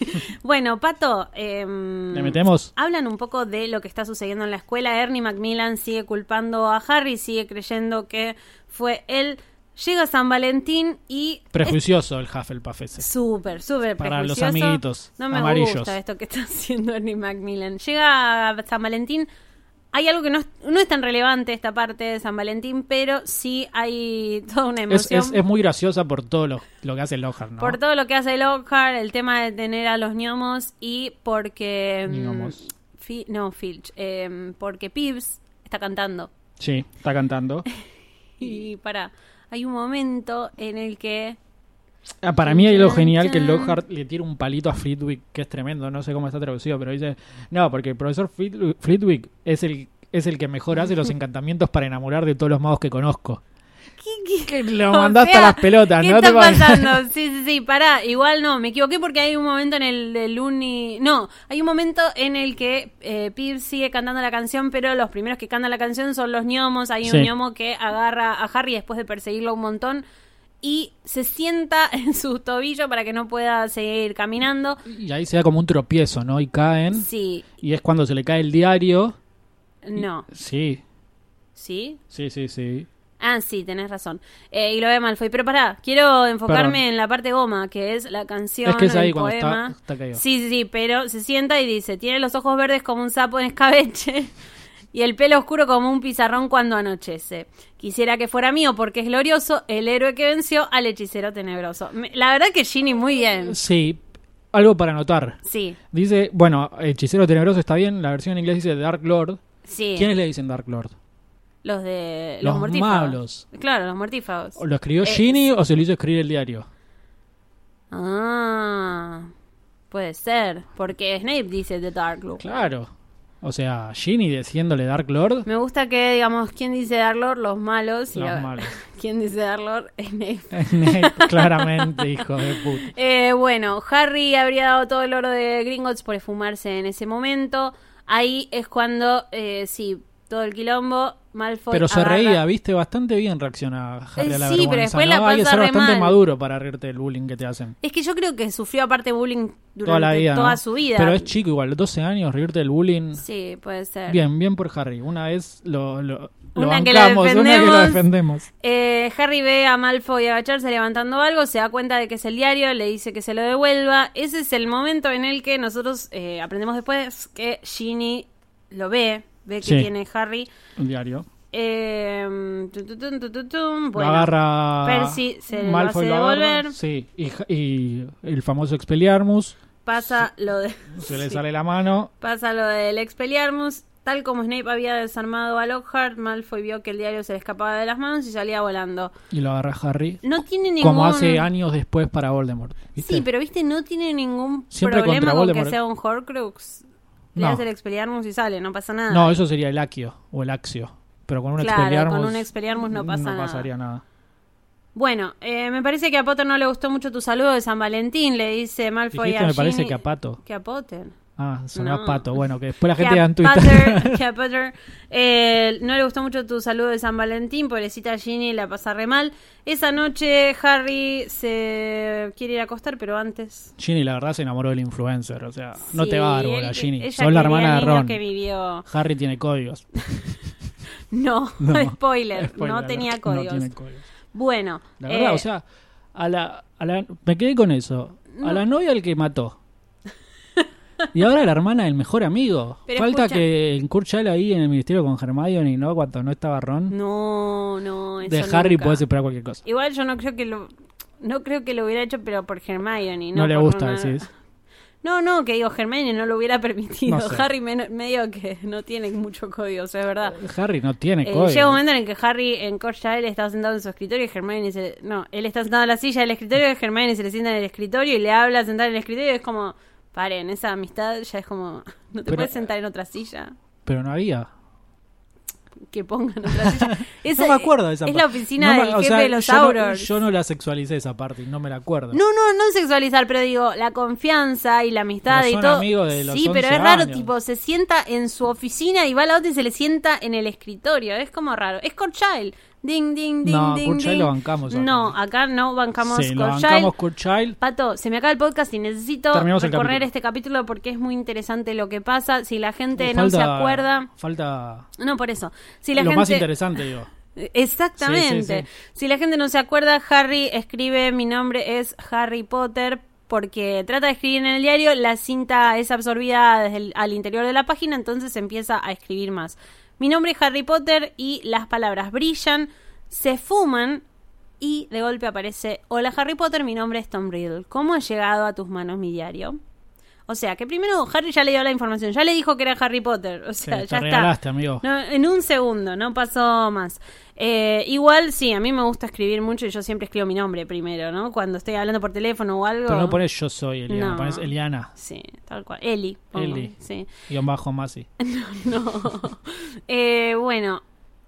Speaker 1: bueno, Pato, em,
Speaker 2: ¿Le metemos?
Speaker 1: hablan un poco de lo que está sucediendo en la escuela. Ernie Macmillan sigue culpando a Harry, sigue creyendo que fue él. Llega San Valentín y
Speaker 2: Prejuicioso el Hufflepuff ese.
Speaker 1: Súper, súper
Speaker 2: Para los
Speaker 1: prejuicioso.
Speaker 2: amiguitos
Speaker 1: No me
Speaker 2: amarillos.
Speaker 1: gusta esto que está *laughs* haciendo Ernie Macmillan. Llega a San Valentín. Hay algo que no es, no es tan relevante esta parte de San Valentín, pero sí hay toda una
Speaker 2: Es,
Speaker 1: emoción.
Speaker 2: es, es muy graciosa por todo lo, lo que hace Lohan, ¿no?
Speaker 1: Por todo lo que hace Lockhart, el tema de tener a los gnomos y porque... mm,
Speaker 2: Gnomos.
Speaker 1: Fi- no, Filch. em, porque Pibbs está cantando.
Speaker 2: Sí, está cantando.
Speaker 1: Y para, hay un momento en el que...
Speaker 2: Ah, Para mí hay lo
Speaker 1: Chan,
Speaker 2: genial que
Speaker 1: chan.
Speaker 2: Lockhart le tira un palito a Flitwick, que es tremendo, no sé cómo está traducido, pero dice, no, porque el profesor Flitwi- Flitwick es el, es el que mejor
Speaker 1: *laughs*
Speaker 2: hace los encantamientos para enamorar de todos los magos que conozco. Que lo
Speaker 1: O
Speaker 2: mandaste
Speaker 1: sea,
Speaker 2: a las pelotas,
Speaker 1: ¿Qué
Speaker 2: ¿no?
Speaker 1: está
Speaker 2: Te pa-
Speaker 1: pasando? Sí, sí, sí, pará. Igual no, me equivoqué porque hay un momento en el del uni... No, hay un momento en el que eh, Pibbs sigue cantando la canción, pero los primeros que cantan la canción son los gnomos. Hay
Speaker 2: Sí.
Speaker 1: un gnomo que agarra a Harry después de perseguirlo un montón y se sienta *laughs* en su tobillo para que no pueda seguir caminando.
Speaker 2: *laughs* Y ahí se da como un tropiezo, ¿no? Y caen.
Speaker 1: Sí,
Speaker 2: Y es cuando se le cae el diario.
Speaker 1: no,
Speaker 2: Sí,
Speaker 1: sí.
Speaker 2: sí, sí, sí.
Speaker 1: Ah, sí, tenés razón. Eh, y lo ve Malfoy. Pero pará, quiero enfocarme
Speaker 2: Perdón.
Speaker 1: en la parte goma, que es la canción.
Speaker 2: Es que es
Speaker 1: el
Speaker 2: ahí cuando está-
Speaker 1: poema.
Speaker 2: está caído.
Speaker 1: Sí, sí, sí, pero se sienta y dice: Tiene los ojos verdes como un sapo en escabeche *laughs* y el pelo oscuro como un pizarrón cuando anochece. Quisiera que fuera mío porque es glorioso el héroe que venció al hechicero tenebroso. Me- La verdad que Ginny, muy bien.
Speaker 2: Sí, algo para anotar.
Speaker 1: Sí,
Speaker 2: Dice, bueno, Hechicero Tenebroso está bien, la versión en inglés dice Dark Lord.
Speaker 1: sí.
Speaker 2: ¿Quiénes le dicen Dark Lord?
Speaker 1: Los de.
Speaker 2: Los
Speaker 1: mortífagos.
Speaker 2: malos.
Speaker 1: Claro, los mortífagos.
Speaker 2: ¿O ¿Lo escribió
Speaker 1: Eh,
Speaker 2: Ginny o se lo hizo escribir el diario?
Speaker 1: Ah. Puede ser, porque Snape dice The Dark Lord.
Speaker 2: Claro. O sea, Ginny diciéndole Dark Lord. *laughs*
Speaker 1: Me gusta que, digamos, ¿quién dice Darlord? Los malos. y
Speaker 2: Los
Speaker 1: la-
Speaker 2: malos.
Speaker 1: *laughs* ¿Quién dice Darlord? *laughs* Snape.
Speaker 2: Snape, Claramente, hijo de
Speaker 1: *laughs*
Speaker 2: puta.
Speaker 1: Eh, bueno, Harry habría dado todo el oro de Gringotts por fumarse en ese momento. Ahí es cuando, eh, sí, todo el quilombo, Malfoy
Speaker 2: Pero se
Speaker 1: agarra-
Speaker 2: reía, viste, bastante bien reacciona Harry
Speaker 1: Eh,
Speaker 2: a la
Speaker 1: sí, pero
Speaker 2: vergüenza,
Speaker 1: después la
Speaker 2: ¿no? Hay que
Speaker 1: pasa
Speaker 2: ser
Speaker 1: re
Speaker 2: bastante
Speaker 1: mal.
Speaker 2: maduro para reírte del bullying que te hacen.
Speaker 1: Es que yo creo que sufrió aparte bullyng durante
Speaker 2: Toda la vida. ¿no?
Speaker 1: su vida.
Speaker 2: Pero es chico igual, 12 años, reírte del bullying.
Speaker 1: Sí, puede ser.
Speaker 2: Bien, bien por Harry. Una vez lo, lo, lo
Speaker 1: Una que lo
Speaker 2: bancamos, *laughs* una que lo
Speaker 1: defendemos.
Speaker 2: defendemos.
Speaker 1: Eh, Harry ve a Malfoy agacharse levantando algo, se da cuenta de que es el diario, le dice que se lo devuelva. Ese es el momento en el que nosotros eh, aprendemos después que Ginny lo ve, ve que
Speaker 2: Sí.
Speaker 1: tiene Harry.
Speaker 2: El diario.
Speaker 1: Eh, tu, tu, tu, tu, tu, tu. Bueno,
Speaker 2: lo agarra.
Speaker 1: Percy se lo
Speaker 2: Malfoy
Speaker 1: hace
Speaker 2: agarra,
Speaker 1: devolver.
Speaker 2: Sí, y, Ja- y el famoso Expelliarmus.
Speaker 1: pasa lo de *laughs*
Speaker 2: Se le sale la mano.
Speaker 1: pasa lo del Expelliarmus Tal como Snape había desarmado a Lockhart, Malfoy vio que el diario se le escapaba de las manos y salía volando.
Speaker 2: Y lo agarra Harry.
Speaker 1: No tiene ningún...
Speaker 2: Como hace años después para Voldemort. ¿viste?
Speaker 1: Sí, pero viste, no tiene ningún
Speaker 2: Siempre
Speaker 1: problema
Speaker 2: contra
Speaker 1: con que
Speaker 2: Voldemort.
Speaker 1: sea un Horcrux. Le
Speaker 2: No.
Speaker 1: hace el Expelliarmus y sale, no pasa nada.
Speaker 2: No, eso sería el Aquio o el Axio. Pero con un
Speaker 1: Claro, con
Speaker 2: Expelliarmus.
Speaker 1: un Expelliarmus no pasa nada.
Speaker 2: pasaría nada.
Speaker 1: Bueno, eh, me parece que a Potter no le gustó mucho tu saludo de San Valentín, le dice Malfoy
Speaker 2: Dijiste,
Speaker 1: a
Speaker 2: me parece
Speaker 1: Ginny-
Speaker 2: que a Pato.
Speaker 1: Que a Potter.
Speaker 2: Ah, sonaba
Speaker 1: No.
Speaker 2: Pato. Bueno, que después la gente
Speaker 1: que
Speaker 2: diga
Speaker 1: a
Speaker 2: en Twitter.
Speaker 1: Potter, *laughs* que a Potter, eh, no le gustó mucho tu saludo de San Valentín, pobrecita Ginny, la pasa re mal. Esa noche Harry se quiere ir a acostar, pero antes...
Speaker 2: *laughs* Ginny, la verdad, se enamoró del influencer. O sea, no te va a dar
Speaker 1: Sí,
Speaker 2: bola,
Speaker 1: él-
Speaker 2: Ginny.
Speaker 1: ella
Speaker 2: Sos la
Speaker 1: quería
Speaker 2: hermana de
Speaker 1: niños
Speaker 2: Ron.
Speaker 1: que vivió...
Speaker 2: Harry tiene códigos.
Speaker 1: No,
Speaker 2: *laughs* No,
Speaker 1: spoiler,
Speaker 2: Spoiler,
Speaker 1: no tenía
Speaker 2: no
Speaker 1: códigos.
Speaker 2: tiene códigos.
Speaker 1: Bueno,
Speaker 2: La verdad,
Speaker 1: eh,
Speaker 2: o sea, a la, a la- me quedé con eso. A la novia el que mató. Y ahora la hermana del mejor amigo.
Speaker 1: *laughs* Pero
Speaker 2: Falta
Speaker 1: escucha-
Speaker 2: que en Kurt Schall ahí en el ministerio con Hermione, ¿no? Cuando no estaba Ron.
Speaker 1: no, no, eso
Speaker 2: de Harry
Speaker 1: nunca.
Speaker 2: puedes esperar cualquier cosa.
Speaker 1: Igual yo no creo que lo no creo que lo hubiera hecho, pero por Hermione, no,
Speaker 2: No, le
Speaker 1: por
Speaker 2: gusta,
Speaker 1: una-
Speaker 2: decís.
Speaker 1: No, no, que digo Hermione no lo hubiera *laughs* permitido.
Speaker 2: No sé.
Speaker 1: Harry men- medio que no tiene mucho código, o sea, es verdad.
Speaker 2: Harry no tiene
Speaker 1: Eh,
Speaker 2: código.
Speaker 1: llega un momento en el que Harry en Corsair él está sentado en su escritorio y Hermione dice, no, él está sentado en la silla del escritorio y Hermione se le sienta en el escritorio y le habla sentar en el escritorio y es como, paren, esa amistad ya es como, *laughs* no te
Speaker 2: Pero-
Speaker 1: puedes sentar en otra silla.
Speaker 2: Pero no había.
Speaker 1: Que pongan otra
Speaker 2: *laughs*
Speaker 1: silla. Esa-
Speaker 2: no me acuerdo de esa
Speaker 1: Es
Speaker 2: parte.
Speaker 1: la oficina
Speaker 2: No me-
Speaker 1: del
Speaker 2: o
Speaker 1: jefe
Speaker 2: sea,
Speaker 1: de los
Speaker 2: yo no-
Speaker 1: Aurors.
Speaker 2: Yo no la sexualicé esa parte y no me la acuerdo.
Speaker 1: No, no, no sexualizar, pero digo, la confianza y la amistad
Speaker 2: Pero
Speaker 1: y
Speaker 2: son
Speaker 1: todo.
Speaker 2: amigos de los
Speaker 1: sí, pero
Speaker 2: 11
Speaker 1: es raro,
Speaker 2: años.
Speaker 1: tipo, se sienta en su oficina y va a la otra y se le sienta en el escritorio. Es como raro. Es Corchild. Ding, ding, ding,
Speaker 2: No,
Speaker 1: ding.
Speaker 2: Corchild
Speaker 1: ding.
Speaker 2: lo bancamos acá.
Speaker 1: No, acá no bancamos
Speaker 2: sí, lo
Speaker 1: Corchild.
Speaker 2: bancamos Kurt Child.
Speaker 1: Pato, se me acaba el podcast y necesito
Speaker 2: Terminamos el
Speaker 1: recorrer
Speaker 2: capítulo.
Speaker 1: este capítulo porque es muy interesante lo que pasa. Si la gente no se
Speaker 2: Falta-
Speaker 1: acuerda.
Speaker 2: Falta
Speaker 1: No, por eso. Si la
Speaker 2: lo más
Speaker 1: gente. *laughs*
Speaker 2: interesante, digo.
Speaker 1: Exactamente.
Speaker 2: Sí, sí,
Speaker 1: Si la gente no se acuerda, Harry escribe mi nombre es Harry Potter porque trata de escribir en el diario, la cinta es absorbida desde el- al interior de la página, entonces empieza a escribir más. Mi nombre es Harry Potter y las palabras brillan, se fuman y de golpe aparece, hola Harry Potter, mi nombre es Tom Riddle. ¿Cómo ha llegado a tus manos mi diario? O sea, que primero Harry ya le dio la información, ya le dijo que era Harry Potter, o
Speaker 2: Sí,
Speaker 1: sea,
Speaker 2: te
Speaker 1: ya está.
Speaker 2: regalaste, amigo.
Speaker 1: No, en un segundo, no pasó más. Eh, igual, sí, a mí me gusta escribir mucho y yo siempre escribo mi nombre primero, ¿no? Cuando estoy hablando por teléfono o algo.
Speaker 2: Pero no pones yo soy Eliana,
Speaker 1: No.
Speaker 2: pones Eliana,
Speaker 1: Sí, tal cual. Eli. pongo,
Speaker 2: Eli. *laughs*
Speaker 1: Sí. *laughs*
Speaker 2: guión bajo Masi.
Speaker 1: No. Eh, bueno,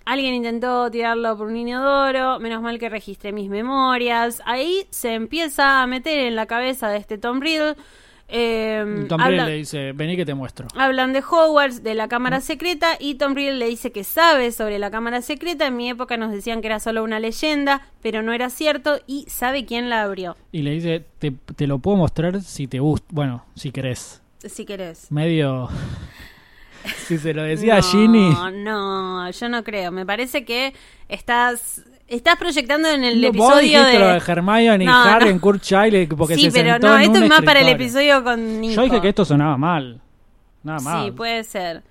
Speaker 1: alguien intentó tirarlo por un inodoro. Menos mal que registré mis memorias. Ahí se empieza a meter en la cabeza de este Tom Riddle. eh,
Speaker 2: Tom
Speaker 1: habla-
Speaker 2: Brady le dice, vení que te muestro.
Speaker 1: Hablan de Hogwarts, de la
Speaker 2: Mm.
Speaker 1: cámara secreta, y Tom Riddle le dice que sabe sobre la cámara secreta. En mi época nos decían que era solo una leyenda, pero no era cierto, y sabe quién la abrió,
Speaker 2: Y le dice, te, te lo puedo mostrar si te gusta, bueno, si querés.
Speaker 1: si querés.
Speaker 2: Medio... *laughs* si se lo decía a
Speaker 1: no,
Speaker 2: Ginny...
Speaker 1: No, yo no creo. Me parece que estás, estás proyectando en el
Speaker 2: No, vos
Speaker 1: episodio
Speaker 2: dijiste
Speaker 1: de...
Speaker 2: lo de Hermione y
Speaker 1: No,
Speaker 2: Harry
Speaker 1: no.
Speaker 2: en Kurt Child porque
Speaker 1: sí,
Speaker 2: se
Speaker 1: pero
Speaker 2: sentó
Speaker 1: no,
Speaker 2: en
Speaker 1: esto
Speaker 2: un
Speaker 1: es más para el
Speaker 2: escritorio.
Speaker 1: episodio con Nico.
Speaker 2: Yo dije que esto sonaba mal. Nada mal.
Speaker 1: Sí, pues. puede ser.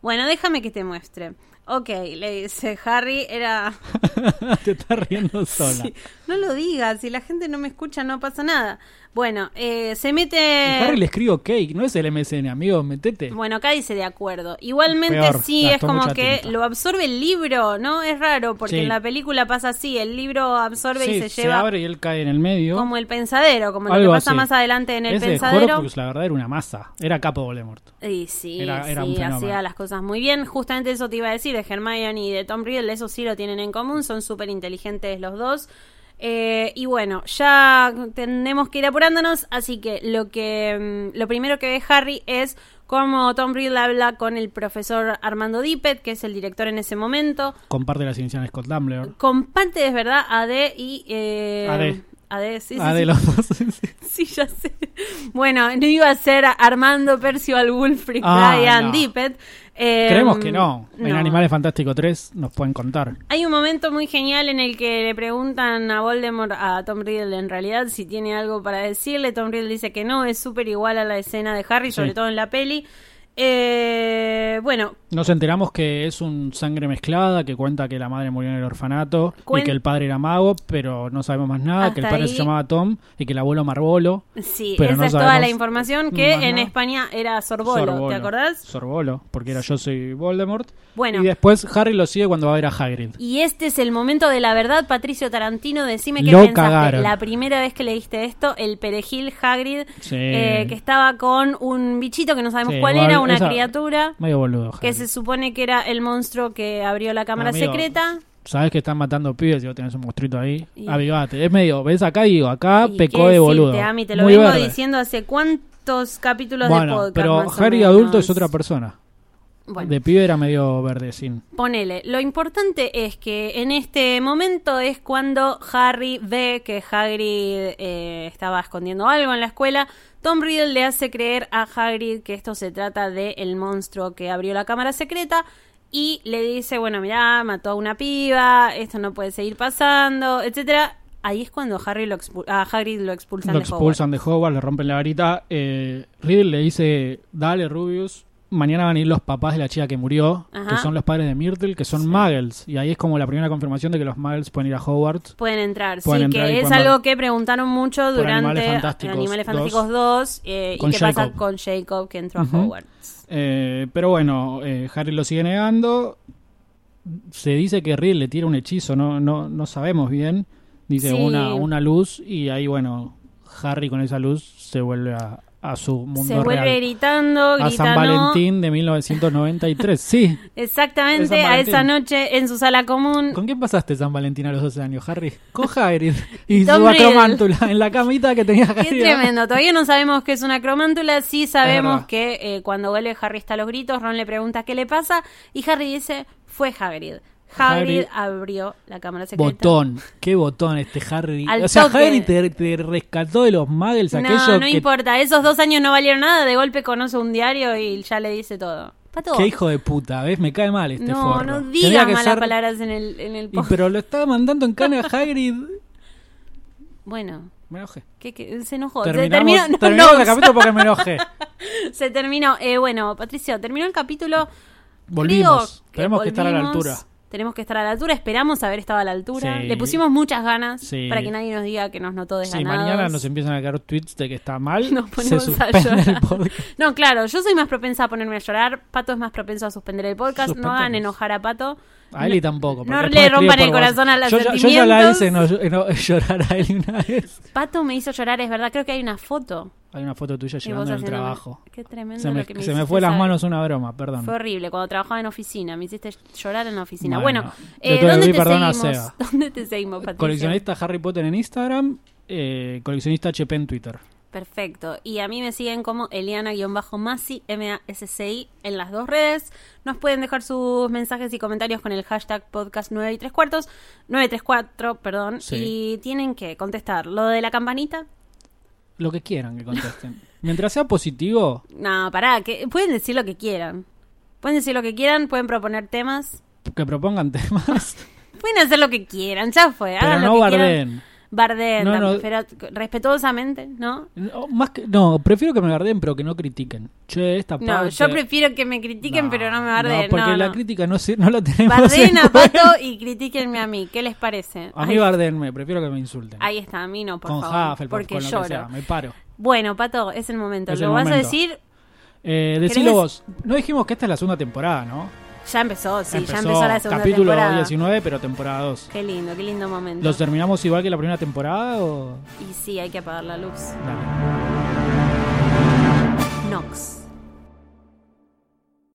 Speaker 1: Bueno, déjame que te muestre. Ok, le dice Harry, era...
Speaker 2: *laughs* te estás riendo sola.
Speaker 1: Sí, No lo digas, si la gente no me escucha no pasa nada. Bueno, eh, se
Speaker 2: Y Harry
Speaker 1: mete...
Speaker 2: le escribo cake, no es el MSN, amigo, metete.
Speaker 1: Bueno, acá dice de acuerdo. Igualmente
Speaker 2: Peor,
Speaker 1: sí, es
Speaker 2: gastó
Speaker 1: como
Speaker 2: mucha
Speaker 1: que
Speaker 2: tinta.
Speaker 1: lo absorbe el libro, ¿no? Es raro, porque
Speaker 2: Sí.
Speaker 1: en la película pasa así, el libro absorbe
Speaker 2: Sí,
Speaker 1: y se,
Speaker 2: se
Speaker 1: lleva
Speaker 2: abre y él cae en el medio.
Speaker 1: como el pensadero, como lo
Speaker 2: Algo
Speaker 1: que pasa
Speaker 2: así.
Speaker 1: más adelante en el
Speaker 2: Ese
Speaker 1: pensadero.
Speaker 2: Horcrux, la verdad, era una masa. Era capo Voldemort.
Speaker 1: Y sí,
Speaker 2: Era- era un
Speaker 1: sí,
Speaker 2: fenómeno.
Speaker 1: hacía las cosas muy bien. Justamente eso te iba a decir de Hermione y de Tom Riddle, eso sí lo tienen en común, son súper inteligentes los dos. Eh, y bueno, ya tenemos que ir apurándonos, así que lo que mm, lo primero que ve Harry es cómo Tom Riddle habla con el profesor Armando Dippet, que es el director en ese momento.
Speaker 2: Comparte las iniciales con Dumbledore.
Speaker 1: Comparte, es verdad, AD y... Eh,
Speaker 2: AD.
Speaker 1: AD, sí, sí,
Speaker 2: ah,
Speaker 1: sí.
Speaker 2: de los dos. *laughs* sí, sí.
Speaker 1: *laughs* Sí, ya sé. Bueno, no iba a ser Armando Percival Wulfric
Speaker 2: Ah,
Speaker 1: Brian
Speaker 2: no.
Speaker 1: Dippet. Eh,
Speaker 2: Creemos que no. En
Speaker 1: no.
Speaker 2: Animales Fantásticos 3 nos pueden contar.
Speaker 1: Hay un momento muy genial en el que le preguntan a Voldemort, a Tom Riddle en realidad, si tiene algo para decirle. Tom Riddle dice que no, es súper igual a la escena de Harry, sobre todo en la peli. Eh, bueno,
Speaker 2: Nos enteramos que es un sangre mezclada, que cuenta que la madre murió en el orfanato
Speaker 1: Cuen-
Speaker 2: y que el padre era mago, pero no sabemos más nada, que el
Speaker 1: Hasta
Speaker 2: padre
Speaker 1: ahí-
Speaker 2: se llamaba Tom y que el abuelo Marbolo.
Speaker 1: sí,
Speaker 2: Pero
Speaker 1: esa
Speaker 2: no
Speaker 1: es toda
Speaker 2: sabemos
Speaker 1: la información que
Speaker 2: más
Speaker 1: en
Speaker 2: nada.
Speaker 1: España era Sorbolo, ¿te acordás?
Speaker 2: Sorbolo, porque era yo soy Voldemort.
Speaker 1: Bueno.
Speaker 2: Y después Harry lo sigue cuando va a ver a Hagrid.
Speaker 1: Y este es el momento de la verdad, Patricio Tarantino, decime qué
Speaker 2: Lo
Speaker 1: pensaste.
Speaker 2: cagaron.
Speaker 1: La primera vez que leíste esto, el perejil Hagrid,
Speaker 2: Sí.
Speaker 1: eh, que estaba con un bichito que no sabemos
Speaker 2: Sí,
Speaker 1: cuál
Speaker 2: igual
Speaker 1: era, una
Speaker 2: esa-
Speaker 1: criatura,
Speaker 2: Medio boludo.
Speaker 1: que
Speaker 2: Hagrid.
Speaker 1: se supone que era el monstruo que abrió la cámara
Speaker 2: Amigo,
Speaker 1: secreta.
Speaker 2: Sabes que están matando pibes y vos tenés un monstruito ahí.
Speaker 1: Y-
Speaker 2: Avivate. Es medio, ves acá y digo, acá
Speaker 1: Y qué
Speaker 2: Ah, pecó de
Speaker 1: decirte,
Speaker 2: boludo.
Speaker 1: Ami, te lo
Speaker 2: Muy
Speaker 1: vengo
Speaker 2: verde.
Speaker 1: diciendo hace cuántos capítulos de
Speaker 2: bueno,
Speaker 1: podcast.
Speaker 2: pero
Speaker 1: más o
Speaker 2: Harry
Speaker 1: menos.
Speaker 2: adulto es otra persona.
Speaker 1: Bueno.
Speaker 2: De pibe era medio verdecín.
Speaker 1: Ponele, lo importante es que en este momento es cuando Harry ve que Hagrid eh, estaba escondiendo algo en la escuela. Tom Riddle le hace creer a Hagrid que esto se trata del el monstruo que abrió la cámara secreta y le dice, bueno, mirá, mató a una piba, esto no puede seguir pasando, etcétera. Ahí es cuando Harry lo expu- a Hagrid lo expulsan
Speaker 2: Lo
Speaker 1: de Hogwarts.
Speaker 2: expulsan de Hogwarts, le rompen la varita. Eh, Riddle le dice, dale Rubius, mañana van a ir los papás de la chica que murió,
Speaker 1: Ajá.
Speaker 2: que son los padres de Myrtle, que son muggles. Y ahí es como la primera confirmación de que los muggles pueden ir a Hogwarts.
Speaker 1: Pueden entrar,
Speaker 2: Pueden
Speaker 1: sí,
Speaker 2: entrar
Speaker 1: que
Speaker 2: y
Speaker 1: es
Speaker 2: cuando-
Speaker 1: algo que preguntaron mucho
Speaker 2: Por Animales
Speaker 1: durante
Speaker 2: Fantásticos
Speaker 1: Animales
Speaker 2: 2,
Speaker 1: Fantásticos 2, eh, y
Speaker 2: con
Speaker 1: qué pasa
Speaker 2: Jacob.
Speaker 1: con Jacob que entró a
Speaker 2: Ujú.
Speaker 1: Hogwarts.
Speaker 2: Eh, pero bueno, eh, Harry lo sigue negando. Se dice que Riddle le tira un hechizo, no, no, no sabemos bien. Dice
Speaker 1: Sí.
Speaker 2: una, una luz y ahí, bueno, Harry con esa luz se vuelve a, a su mundo
Speaker 1: Se vuelve
Speaker 2: real.
Speaker 1: gritando,
Speaker 2: a
Speaker 1: gritando.
Speaker 2: San Valentín de 1993. Sí. Es
Speaker 1: Exactamente,
Speaker 2: San
Speaker 1: a
Speaker 2: Valentín.
Speaker 1: esa noche en su sala
Speaker 2: *laughs*
Speaker 1: común.
Speaker 2: ¿Con quién pasaste San Valentín a los 12 años, Harry? Con Hagrid y
Speaker 1: Tom
Speaker 2: su
Speaker 1: Riddle.
Speaker 2: acromántula en la camita que tenía
Speaker 1: Qué
Speaker 2: Hagrid.
Speaker 1: tremendo, todavía no sabemos qué es una cromántula, sí sabemos
Speaker 2: verdad.
Speaker 1: que eh, cuando vuelve Harry está a los gritos, Ron le pregunta qué le pasa y Harry dice, fue Hagrid. Hagrid,
Speaker 2: Hagrid
Speaker 1: abrió la cámara secreta.
Speaker 2: Botón, qué botón este Harry.
Speaker 1: Al
Speaker 2: o sea,
Speaker 1: toque.
Speaker 2: Hagrid te, te rescató de los muggles aquellos
Speaker 1: No, no
Speaker 2: que-
Speaker 1: importa. Esos dos años no valieron nada. De golpe conoce un diario y ya le dice todo. Pato.
Speaker 2: Qué hijo de puta, ¿ves? Me cae mal este
Speaker 1: no,
Speaker 2: forro.
Speaker 1: no
Speaker 2: Tenía
Speaker 1: digas
Speaker 2: que
Speaker 1: malas
Speaker 2: ser-
Speaker 1: palabras en el, en el
Speaker 2: Y,
Speaker 1: podcast.
Speaker 2: pero lo estaba mandando en
Speaker 1: *laughs*
Speaker 2: cana a Hagrid.
Speaker 1: Bueno,
Speaker 2: Me enojé.
Speaker 1: que, que- se enojó. Se
Speaker 2: Terminamos,
Speaker 1: terminó, no,
Speaker 2: terminamos
Speaker 1: no,
Speaker 2: el capítulo porque me enojé.
Speaker 1: *laughs* se terminó. Eh, bueno, Patricio, terminó el capítulo.
Speaker 2: Volvimos.
Speaker 1: Creo
Speaker 2: Tenemos que estar a la
Speaker 1: volvimos.
Speaker 2: altura.
Speaker 1: Tenemos que estar a la altura. Esperamos haber estado a la altura.
Speaker 2: Sí.
Speaker 1: Le pusimos muchas ganas
Speaker 2: Sí.
Speaker 1: para que nadie nos diga que nos notó
Speaker 2: Si
Speaker 1: desganados.
Speaker 2: mañana nos empiezan a caer tweets de que está mal,
Speaker 1: *laughs* Nos
Speaker 2: se
Speaker 1: ponemos a
Speaker 2: suspende el *laughs*
Speaker 1: llorar.
Speaker 2: podcast.
Speaker 1: No, claro, yo soy más propensa a ponerme a llorar. Pato es más propenso a suspender el podcast. No hagan
Speaker 2: Suspendamos.
Speaker 1: enojar a Pato.
Speaker 2: A Eli tampoco. porque
Speaker 1: No
Speaker 2: después
Speaker 1: le rompan
Speaker 2: escribe
Speaker 1: el
Speaker 2: por
Speaker 1: corazón a las
Speaker 2: yo, ya- yo ya la hice no,
Speaker 1: sentimientos.
Speaker 2: no- llorar a Eli una vez.
Speaker 1: Pato me hizo llorar, es verdad. Creo que hay una foto.
Speaker 2: Hay una foto
Speaker 1: de
Speaker 2: tuya
Speaker 1: vos
Speaker 2: llegando al
Speaker 1: haciéndome-
Speaker 2: trabajo.
Speaker 1: Qué tremendo
Speaker 2: Se me,
Speaker 1: lo que me
Speaker 2: se me
Speaker 1: hiciste
Speaker 2: fue las
Speaker 1: saber.
Speaker 2: manos una broma, perdón.
Speaker 1: Fue horrible cuando trabajaba en oficina. Me hiciste llorar en la oficina. Bueno,
Speaker 2: Bueno,
Speaker 1: eh,
Speaker 2: yo te
Speaker 1: ¿dónde
Speaker 2: doy
Speaker 1: te
Speaker 2: perdón a
Speaker 1: seguimos?
Speaker 2: Seba.
Speaker 1: *laughs* ¿Dónde te seguimos, Patricio?
Speaker 2: Coleccionista Harry Potter en Instagram, eh, coleccionista HP en Twitter.
Speaker 1: Perfecto. Y a mí me siguen como Eliana-Masi, M-A-S-C-I, en las dos redes. Nos pueden dejar sus mensajes y comentarios con el hashtag podcast 9 y 3 cuartos, 934, perdón.
Speaker 2: Sí.
Speaker 1: Y tienen que contestar lo de la campanita.
Speaker 2: Lo que quieran que contesten. Mientras sea positivo,
Speaker 1: No, pará, que pueden decir lo que quieran. Pueden decir lo que quieran, pueden proponer temas.
Speaker 2: que propongan
Speaker 1: *laughs*
Speaker 2: temas,
Speaker 1: Pueden hacer lo que quieran, ya fue.
Speaker 2: pero
Speaker 1: hagan Ah, lo
Speaker 2: no
Speaker 1: que quieran.
Speaker 2: barden.
Speaker 1: Barden,
Speaker 2: No, no.
Speaker 1: pero respetuosamente, ¿no?
Speaker 2: No, más que, no, prefiero que me barden, pero que no critiquen. Che, esta
Speaker 1: No,
Speaker 2: parte-
Speaker 1: yo prefiero que me critiquen,
Speaker 2: No,
Speaker 1: pero no me barden.
Speaker 2: no, porque
Speaker 1: no,
Speaker 2: la
Speaker 1: no.
Speaker 2: crítica no, se- no la tenemos. en
Speaker 1: Barden
Speaker 2: *laughs*
Speaker 1: a
Speaker 2: cuenta.
Speaker 1: Pato y critiquenme a mí. ¿Qué les parece?
Speaker 2: A mí
Speaker 1: Ay,
Speaker 2: bardenme, prefiero que me insulten.
Speaker 1: ahí está, a mí no, por
Speaker 2: Ah. con
Speaker 1: favor.
Speaker 2: Hufflepuff,
Speaker 1: porque
Speaker 2: con lo
Speaker 1: lloro.
Speaker 2: que sea, me paro.
Speaker 1: Bueno, Pato, es el momento.
Speaker 2: Es
Speaker 1: lo
Speaker 2: el
Speaker 1: vas a
Speaker 2: momento.
Speaker 1: decir,
Speaker 2: Eh, decilo
Speaker 1: ¿Querés?
Speaker 2: vos, no dijimos que esta es la segunda temporada, ¿no?
Speaker 1: ya empezó, sí, ya empezó la segunda
Speaker 2: capítulo
Speaker 1: temporada.
Speaker 2: 19, pero temporada 2.
Speaker 1: Qué lindo, qué lindo momento.
Speaker 2: ¿Los terminamos igual que la primera temporada o...?
Speaker 1: Y sí, hay que apagar la luz.
Speaker 2: Dale.